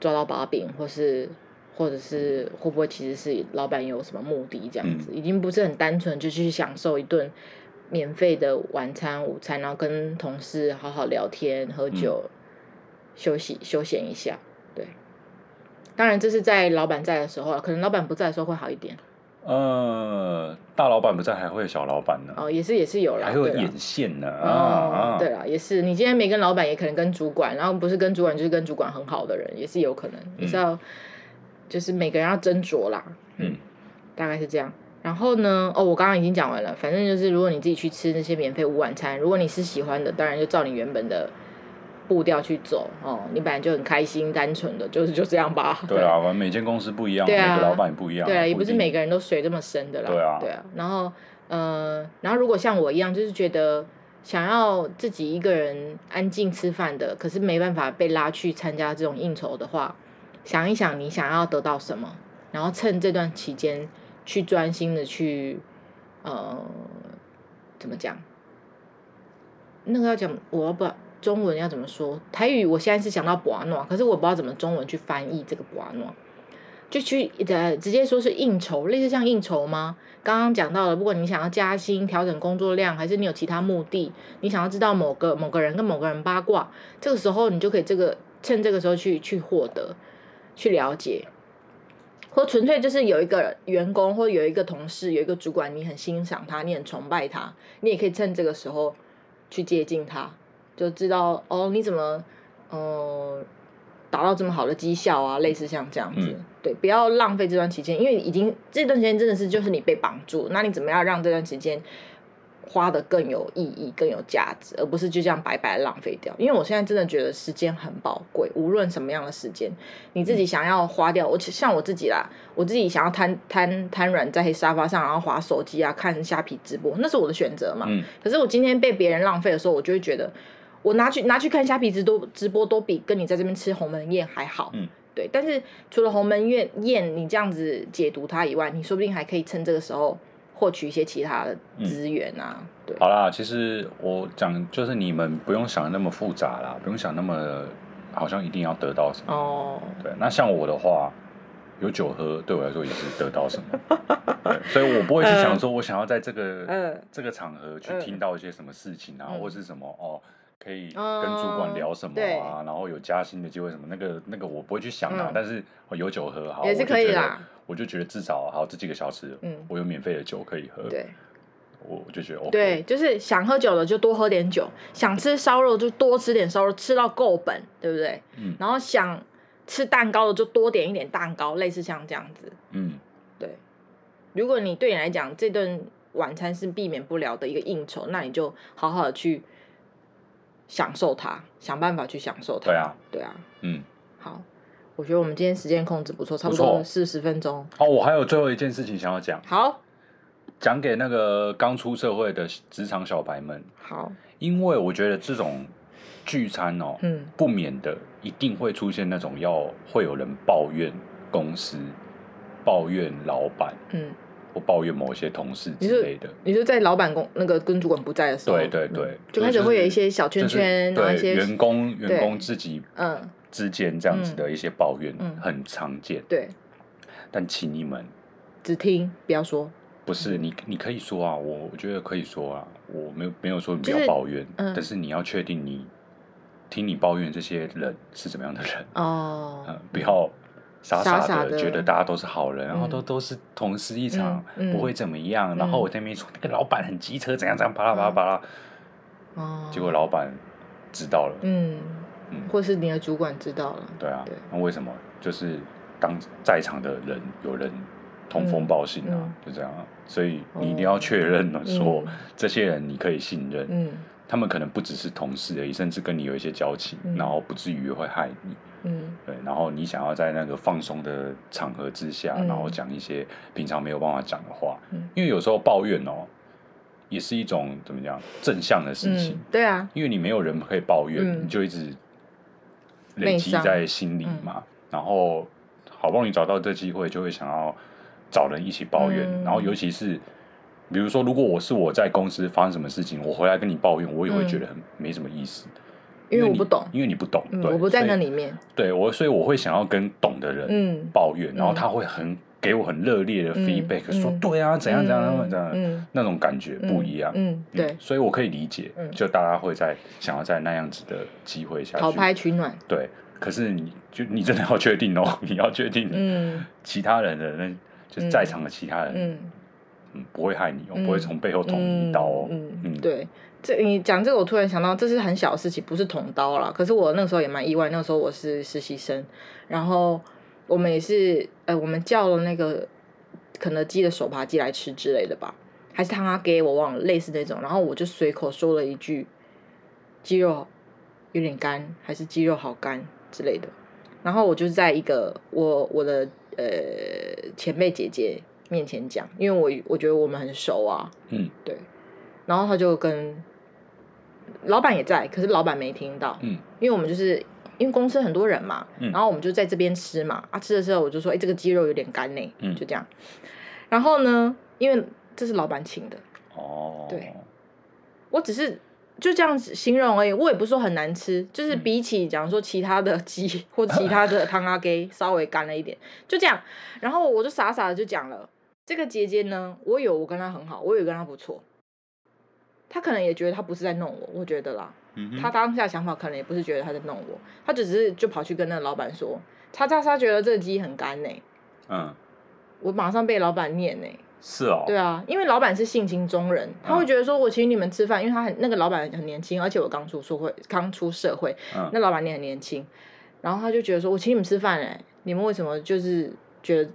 [SPEAKER 2] 抓到把柄，或是或者是会不会其实是老板有什么目的这样子，
[SPEAKER 1] 嗯
[SPEAKER 2] 已经不是很单纯就去享受一顿免费的晚餐、午餐，然后跟同事好好聊天、喝酒、
[SPEAKER 1] 嗯
[SPEAKER 2] 休息、休闲一下。对，当然这是在老板在的时候啊，可能老板不在的时候会好一点
[SPEAKER 1] 呃，大老板不在，还会有小老板呢，
[SPEAKER 2] 哦，也是也是有啦，
[SPEAKER 1] 还会
[SPEAKER 2] 对
[SPEAKER 1] 有
[SPEAKER 2] 啦
[SPEAKER 1] 眼线呢。啊
[SPEAKER 2] 哦，，对啦，也是。你今天没跟老板，也可能跟主管，然后不是跟主管就是跟主管很好的人，也是有可能，也是要就是每个人要斟酌啦，
[SPEAKER 1] 嗯，
[SPEAKER 2] 大概是这样。然后呢，哦，我刚刚已经讲完了，反正就是如果你自己去吃那些免费午晚餐，如果你是喜欢的，当然就照你原本的步调去走哦。你本来就很开心、单纯的，就是就这样吧。
[SPEAKER 1] 对啊，反正每间公司不一样，
[SPEAKER 2] 对啊
[SPEAKER 1] 每个老板也不一样，
[SPEAKER 2] 对啊，也不
[SPEAKER 1] 一
[SPEAKER 2] 是
[SPEAKER 1] 定
[SPEAKER 2] 每个人都水这么深的啦。
[SPEAKER 1] 对啊
[SPEAKER 2] 然后，呃，然后如果像我一样，就是觉得想要自己一个人安静吃饭的，可是没办法被拉去参加这种应酬的话，想一想你想要得到什么，然后趁这段期间去专心的去，呃，怎么讲？那个要讲，我要不中文要怎么说？台语我现在是想到博诺，可是我不知道怎么中文去翻译这个博诺。就去呃直接说是应酬，类似像应酬吗？刚刚讲到了，不管你想要加薪、调整工作量，还是你有其他目的，你想要知道某个某个人跟某个人八卦，这个时候你就可以这个趁这个时候去去获得、去了解，或纯粹就是有一个员工或有一个同事、有一个主管，你很欣赏他，你很崇拜他，你也可以趁这个时候去接近他，就知道哦你怎么呃达到这么好的绩效啊，类似像这样子。
[SPEAKER 1] 嗯
[SPEAKER 2] 对，不要浪费这段期间，因为已经这段时间真的是就是你被绑住，那你怎么样让这段时间花的更有意义、更有价值，而不是就这样白白浪费掉？因为我现在真的觉得时间很宝贵，无论什么样的时间，你自己想要花掉，我其像我自己啦，我自己想要瘫瘫瘫软在沙发上，然后划手机啊，看虾皮直播，那是我的选择嘛。
[SPEAKER 1] 嗯
[SPEAKER 2] 可是我今天被别人浪费的时候，我就会觉得，我拿去拿去看虾皮直播直播，都比跟你在这边吃鸿门宴还好。
[SPEAKER 1] 嗯，
[SPEAKER 2] 对。但是除了鸿门宴宴，你这样子解读它以外，你说不定还可以趁这个时候获取一些其他的资源啊。对，
[SPEAKER 1] 好啦，其实我讲就是你们不用想那么复杂啦，不用想那么好像一定要得到什么。
[SPEAKER 2] 哦，
[SPEAKER 1] 对，那像我的话，有酒喝对我来说也是得到什 么，对所以我不会去想说我想要在这个、
[SPEAKER 2] 嗯
[SPEAKER 1] 这个场合去
[SPEAKER 2] 嗯
[SPEAKER 1] 听到一些什么事情啊，
[SPEAKER 2] 嗯哦
[SPEAKER 1] 或是什么哦。可以跟主管聊什么啊，然后有加薪的机会什么，那个那个我不会去想啊。
[SPEAKER 2] 嗯
[SPEAKER 1] 但是哦有酒喝好，
[SPEAKER 2] 也是可以啦
[SPEAKER 1] 我就觉得。我就觉得至少好这几个小时，
[SPEAKER 2] 嗯
[SPEAKER 1] 我有免费的酒可以喝，
[SPEAKER 2] 对。
[SPEAKER 1] 我哦我就觉得 OK。
[SPEAKER 2] 对，就是想喝酒的就多喝点酒，想吃烧肉就多吃点烧肉，吃到够本，对不对？
[SPEAKER 1] 嗯
[SPEAKER 2] 然后想吃蛋糕的就多点一点蛋糕，类似像这样子。
[SPEAKER 1] 嗯，
[SPEAKER 2] 对，如果你对你来讲这顿晚餐是避免不了的一个应酬，那你就好好的去享受它，想办法去享受它。
[SPEAKER 1] 对啊，
[SPEAKER 2] 对啊，
[SPEAKER 1] 嗯。
[SPEAKER 2] 好，我觉得我们今天时间控制不错，差不
[SPEAKER 1] 不错
[SPEAKER 2] 多四十分钟。
[SPEAKER 1] 哦，我还有最后一件事情想要讲，
[SPEAKER 2] 好，
[SPEAKER 1] 讲给那个刚出社会的职场小白们，
[SPEAKER 2] 好，
[SPEAKER 1] 因为我觉得这种聚餐哦，
[SPEAKER 2] 嗯
[SPEAKER 1] 不免的一定会出现那种要会有人抱怨公司、抱怨老板
[SPEAKER 2] 嗯，
[SPEAKER 1] 或抱怨某些同事
[SPEAKER 2] 你
[SPEAKER 1] 之类
[SPEAKER 2] 是
[SPEAKER 1] 的。
[SPEAKER 2] 你是在老板公那个跟主管不在的时候，
[SPEAKER 1] 对对对
[SPEAKER 2] 嗯，就开始会有一些小圈圈，
[SPEAKER 1] 就是
[SPEAKER 2] 然后一
[SPEAKER 1] 对
[SPEAKER 2] 些
[SPEAKER 1] 员工员
[SPEAKER 2] 对
[SPEAKER 1] 工自己
[SPEAKER 2] 嗯
[SPEAKER 1] 之间这样子的一些抱怨
[SPEAKER 2] 嗯
[SPEAKER 1] 很常见，
[SPEAKER 2] 对，
[SPEAKER 1] 但请你们
[SPEAKER 2] 只听不要说，
[SPEAKER 1] 不
[SPEAKER 2] 嗯
[SPEAKER 1] 是你，你可以说啊，我我觉得可以说啊，我没有没有说你不
[SPEAKER 2] 就
[SPEAKER 1] 要
[SPEAKER 2] 是
[SPEAKER 1] 抱怨，
[SPEAKER 2] 嗯
[SPEAKER 1] 但是你要确定你听你抱怨这些人是怎么样的人，
[SPEAKER 2] 哦，
[SPEAKER 1] 嗯，不要傻
[SPEAKER 2] 傻
[SPEAKER 1] 的
[SPEAKER 2] 傻的
[SPEAKER 1] 觉得大家都是好人，然后
[SPEAKER 2] 嗯
[SPEAKER 1] 都都是同事一场，
[SPEAKER 2] 嗯嗯
[SPEAKER 1] 不会怎么样，然后我在那边说那个老板很机车，怎样怎样，巴拉巴拉
[SPEAKER 2] 嗯
[SPEAKER 1] 巴拉，
[SPEAKER 2] 哦，
[SPEAKER 1] 结果老板知道了，
[SPEAKER 2] 嗯，
[SPEAKER 1] 嗯
[SPEAKER 2] 或是你的主管知道了，
[SPEAKER 1] 对啊
[SPEAKER 2] 对，
[SPEAKER 1] 那为什么就是当在场的人有人通风报信啊，
[SPEAKER 2] 嗯
[SPEAKER 1] 就这样啊，所以你一定
[SPEAKER 2] 哦
[SPEAKER 1] 要确认了说、
[SPEAKER 2] 嗯
[SPEAKER 1] 这些人你可以信任，
[SPEAKER 2] 嗯
[SPEAKER 1] 他们可能不只是同事而已，甚至跟你有一些交情，
[SPEAKER 2] 嗯
[SPEAKER 1] 然后不至于会害你，
[SPEAKER 2] 嗯
[SPEAKER 1] 对，然后你想要在那个放松的场合之下，
[SPEAKER 2] 嗯
[SPEAKER 1] 然后讲一些平常没有办法讲的话，
[SPEAKER 2] 嗯
[SPEAKER 1] 因为有时候抱怨哦，也是一种怎么讲正向的事情，
[SPEAKER 2] 嗯，对啊，
[SPEAKER 1] 因为你没有人可以抱怨，
[SPEAKER 2] 嗯
[SPEAKER 1] 你就一直累
[SPEAKER 2] 内
[SPEAKER 1] 积
[SPEAKER 2] 伤嗯
[SPEAKER 1] 在心里嘛。然后好不容易找到这机会，就会想要找人一起抱怨。
[SPEAKER 2] 嗯
[SPEAKER 1] 然后尤其是比如说，如果我是我在公司发生什么事情，我回来跟你抱怨，我也会
[SPEAKER 2] 嗯
[SPEAKER 1] 觉得很、没什么意思，
[SPEAKER 2] 因为我
[SPEAKER 1] 你
[SPEAKER 2] 不懂，
[SPEAKER 1] 因为你不懂，
[SPEAKER 2] 嗯，
[SPEAKER 1] 对，
[SPEAKER 2] 我不在
[SPEAKER 1] 所以
[SPEAKER 2] 那里面，
[SPEAKER 1] 对我，所以我会想要跟懂的人
[SPEAKER 2] 嗯，
[SPEAKER 1] 抱怨，然后
[SPEAKER 2] 嗯
[SPEAKER 1] 他会很给我很热烈的
[SPEAKER 2] 嗯
[SPEAKER 1] feedback，、
[SPEAKER 2] 嗯
[SPEAKER 1] 说对啊，怎样怎样，怎样怎样，
[SPEAKER 2] 嗯
[SPEAKER 1] 那种感觉不一样。
[SPEAKER 2] 嗯，嗯对，
[SPEAKER 1] 所以我可以理解，
[SPEAKER 2] 嗯
[SPEAKER 1] 就大家会在想要在那样子的机会下去
[SPEAKER 2] 讨拍取暖，
[SPEAKER 1] 对。可是你就你真的要确定哦， 你要确定
[SPEAKER 2] 嗯
[SPEAKER 1] 其他人的那、就是在场的其他人，
[SPEAKER 2] 嗯，
[SPEAKER 1] 嗯，不会害你哦，
[SPEAKER 2] 嗯
[SPEAKER 1] 不会从背后捅你一刀哦，
[SPEAKER 2] 嗯
[SPEAKER 1] 嗯
[SPEAKER 2] 对。这你讲这个，我突然想到，这是很小的事情，不是捅刀啦。可是我那个时候也蛮意外，那个时候我是实习生，然后我们也是，呃，我们叫了那个肯德基的手扒鸡来吃之类的吧，还是他给我忘了，类似那种。然后我就随口说了一句，鸡肉有点干，还是鸡肉好干之类的。然后我就在一个我我的呃前辈姐姐面前讲，因为我我觉得我们很熟啊，
[SPEAKER 1] 嗯，
[SPEAKER 2] 对。然后他就跟老板也在，可是老板没听到，
[SPEAKER 1] 嗯，
[SPEAKER 2] 因为我们就是因为公司很多人嘛，
[SPEAKER 1] 嗯
[SPEAKER 2] 然后我们就在这边吃嘛，啊吃的时候我就说，哎、这个鸡肉有点干呢、
[SPEAKER 1] 嗯
[SPEAKER 2] 就这样。然后呢，因为这是老板请的，
[SPEAKER 1] 哦，
[SPEAKER 2] 对，我只是就这样子形容而已，我也不是说很难吃，就是
[SPEAKER 1] 嗯
[SPEAKER 2] 比起讲说其他的鸡或其他的汤阿 给稍微干了一点，就这样。然后我就傻傻的就讲了，这个姐姐呢，我有我跟她很好，我有跟她不错，她可能也觉得她不是在弄我，我觉得啦，
[SPEAKER 1] 嗯哼
[SPEAKER 2] 他当下想法可能也不是觉得他在弄我，他只是就跑去跟那个老板说，叉叉叉觉得这个鸡很干呢、
[SPEAKER 1] 嗯，
[SPEAKER 2] 我马上被老板念呢、
[SPEAKER 1] 是哦，
[SPEAKER 2] 对啊，因为老板是性情中人，
[SPEAKER 1] 嗯
[SPEAKER 2] 他会觉得说我请你们吃饭，因为他很那个老板很年轻，而且我刚出社会，刚出社会，
[SPEAKER 1] 嗯
[SPEAKER 2] 那老板也很年轻，然后他就觉得说我请你们吃饭哎、你们为什么就是觉得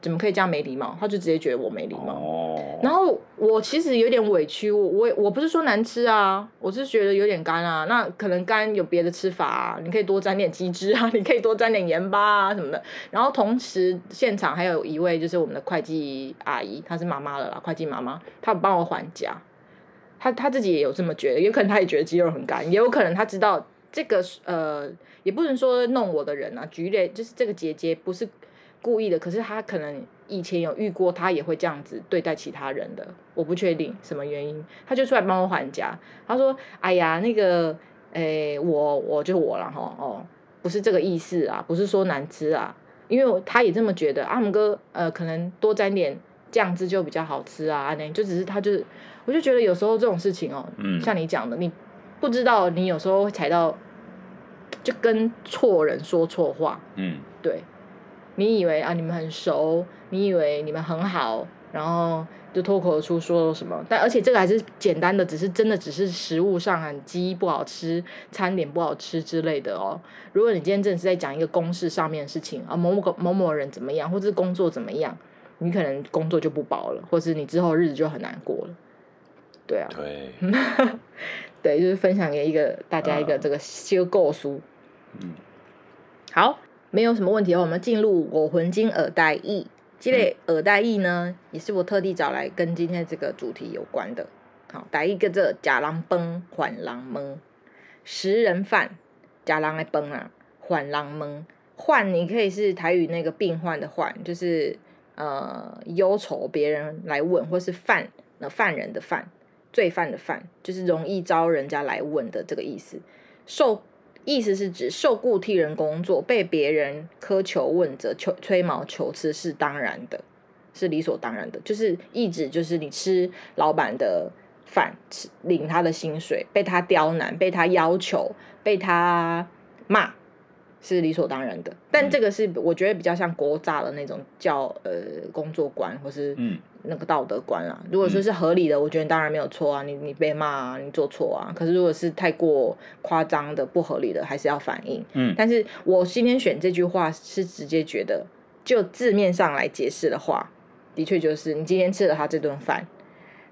[SPEAKER 2] 怎么可以这样没礼貌？他就直接觉得我没礼貌。
[SPEAKER 1] 哦，
[SPEAKER 2] 然后我其实有点委屈，我我也我不是说难吃啊，我是觉得有点干啊。那可能干有别的吃法啊，你可以多沾点鸡汁啊，你 可以多沾点盐巴啊什么的。然后同时现场还有一位就是我们的会计阿姨，她是妈妈了啦，会计妈妈，她帮我还价。她她自己也有这么觉得，有可能她也觉得鸡肉很干，也有可能她知道这个呃，也不能说弄我的人啊，举例就是这个姐姐不是故意的，可是她可能以前有遇过，她也会这样子对待其他人的，我不确定什么原因，她就出来帮我还价，她说：“哎呀，那个，诶，我我就我了哈，哦，不是这个意思啊，不是说难吃啊，因为我她也这么觉得，阿姆哥，呃，可能多沾点酱汁就比较好吃啊，那就只是她就是，我就觉得有时候这种事情哦，
[SPEAKER 1] 嗯
[SPEAKER 2] 像你讲的，你不知道，你有时候会踩到，就跟错人说错话，
[SPEAKER 1] 嗯
[SPEAKER 2] 对，你以为啊你们很熟，你以为你们很好，然后就脱口而出说什么，但而且这个还是简单的，只是真的只是食物上啊，鸡不好吃，餐点不好吃之类的哦。如果你今天真的是在讲一个公事上面的事情啊，某某个某某人怎么样，或者是工作怎么样，你可能工作就不保了，或是你之后日子就很难过了。对啊，
[SPEAKER 1] 对，
[SPEAKER 2] 对，就是分享给一个大家一个
[SPEAKER 1] 嗯
[SPEAKER 2] 这个修构书。
[SPEAKER 1] 嗯
[SPEAKER 2] 好，没有什么问题哦。我们进入我魂经耳带意，这类耳带意呢，也是我特地找来跟今天这个主题有关的。好，第一个这假狼崩，缓狼蒙，食人饭，假狼来崩啊，缓狼蒙，患你可以是台语那个病患的患，就是呃忧愁别人来问，或是犯呃犯人的犯，罪犯的犯，就是容易招人家来问的这个意思。受意思是指受雇替人工作，被别人苛求问责、求吹毛求疵是当然的，是理所当然的。就是意指就是你吃老板的饭，吃领他的薪水，被他刁难、被他要求、被他骂。是理所当然的，但
[SPEAKER 1] 嗯
[SPEAKER 2] 这个是我觉得比较像国炸的那种叫呃工作观或是
[SPEAKER 1] 嗯
[SPEAKER 2] 那个道德观啦。如果说是合理的，我觉得当然没有错啊，你你被骂啊，你做错啊。可是如果是太过夸张的、不合理的，还是要反应。
[SPEAKER 1] 嗯
[SPEAKER 2] 但是我今天选这句话是直接觉得，就字面上来解释的话，的确就是你今天吃了他这顿饭，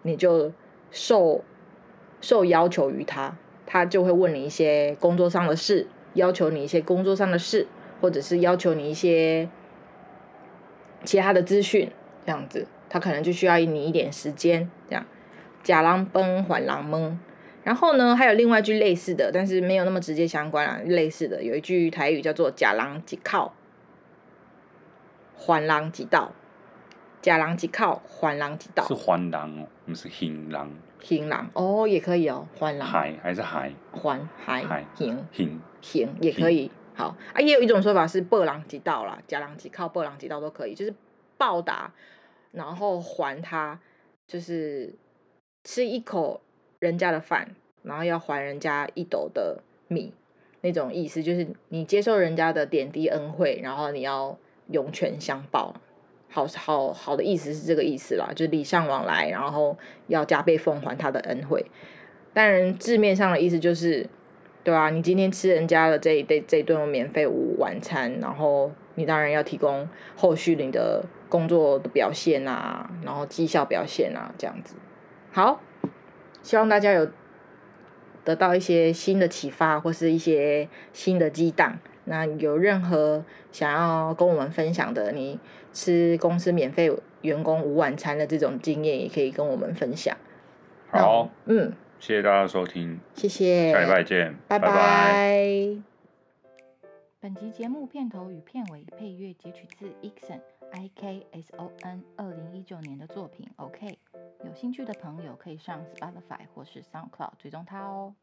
[SPEAKER 2] 你就受受要求于他，他就会问你一些工作上的事，要求你一些工作上的事，或者是要求你一些其他的资讯，这样子，他可能就需要你一点时间，这样。假狼崩，缓狼蒙。然后呢，还有另外一句类似的，但是没有那么直接相关啊。类似的有一句台语叫做“假狼即靠，还狼即道”。假狼即靠，还狼即道
[SPEAKER 1] 是。环狼哦，我们是行狼，
[SPEAKER 2] 行狼哦，也可以哦，还狼
[SPEAKER 1] 海还是海
[SPEAKER 2] 还还
[SPEAKER 1] 海
[SPEAKER 2] 行
[SPEAKER 1] 行，
[SPEAKER 2] 行也可以。好啊，也有一种说法是“暴狼即道”啦，“假狼即靠”“暴狼即道”都可以，就是报答，然后还他，就是吃一口人家的饭，然后要还人家一斗的米那种意思，就是你接受人家的点滴恩惠，然后你要涌泉相报。好好好的意思是这个意思啦，就是礼尚往来，然后要加倍奉还他的恩惠。当然，字面上的意思就是，对啊，你今天吃人家的这一这这顿免费午晚餐，然后你当然要提供后续你的工作的表现啊，然后绩效表现啊，这样子。好，希望大家有得到一些新的启发或是一些新的激荡。那有任何想要跟我们分享的，你吃公司免费员工午晚餐的这种经验，也可以跟我们分享。那我
[SPEAKER 1] 好，
[SPEAKER 2] 嗯，
[SPEAKER 1] 谢谢大家收听，
[SPEAKER 2] 谢谢，
[SPEAKER 1] 下礼拜见，
[SPEAKER 2] 拜
[SPEAKER 1] 拜拜
[SPEAKER 2] 拜
[SPEAKER 3] 本集节目片头与片尾配乐截取自 Ikson I K S O N 二零一九年的作品 OK。有兴趣的朋友可以上 Spotify 或是 SoundCloud 追踪他哦。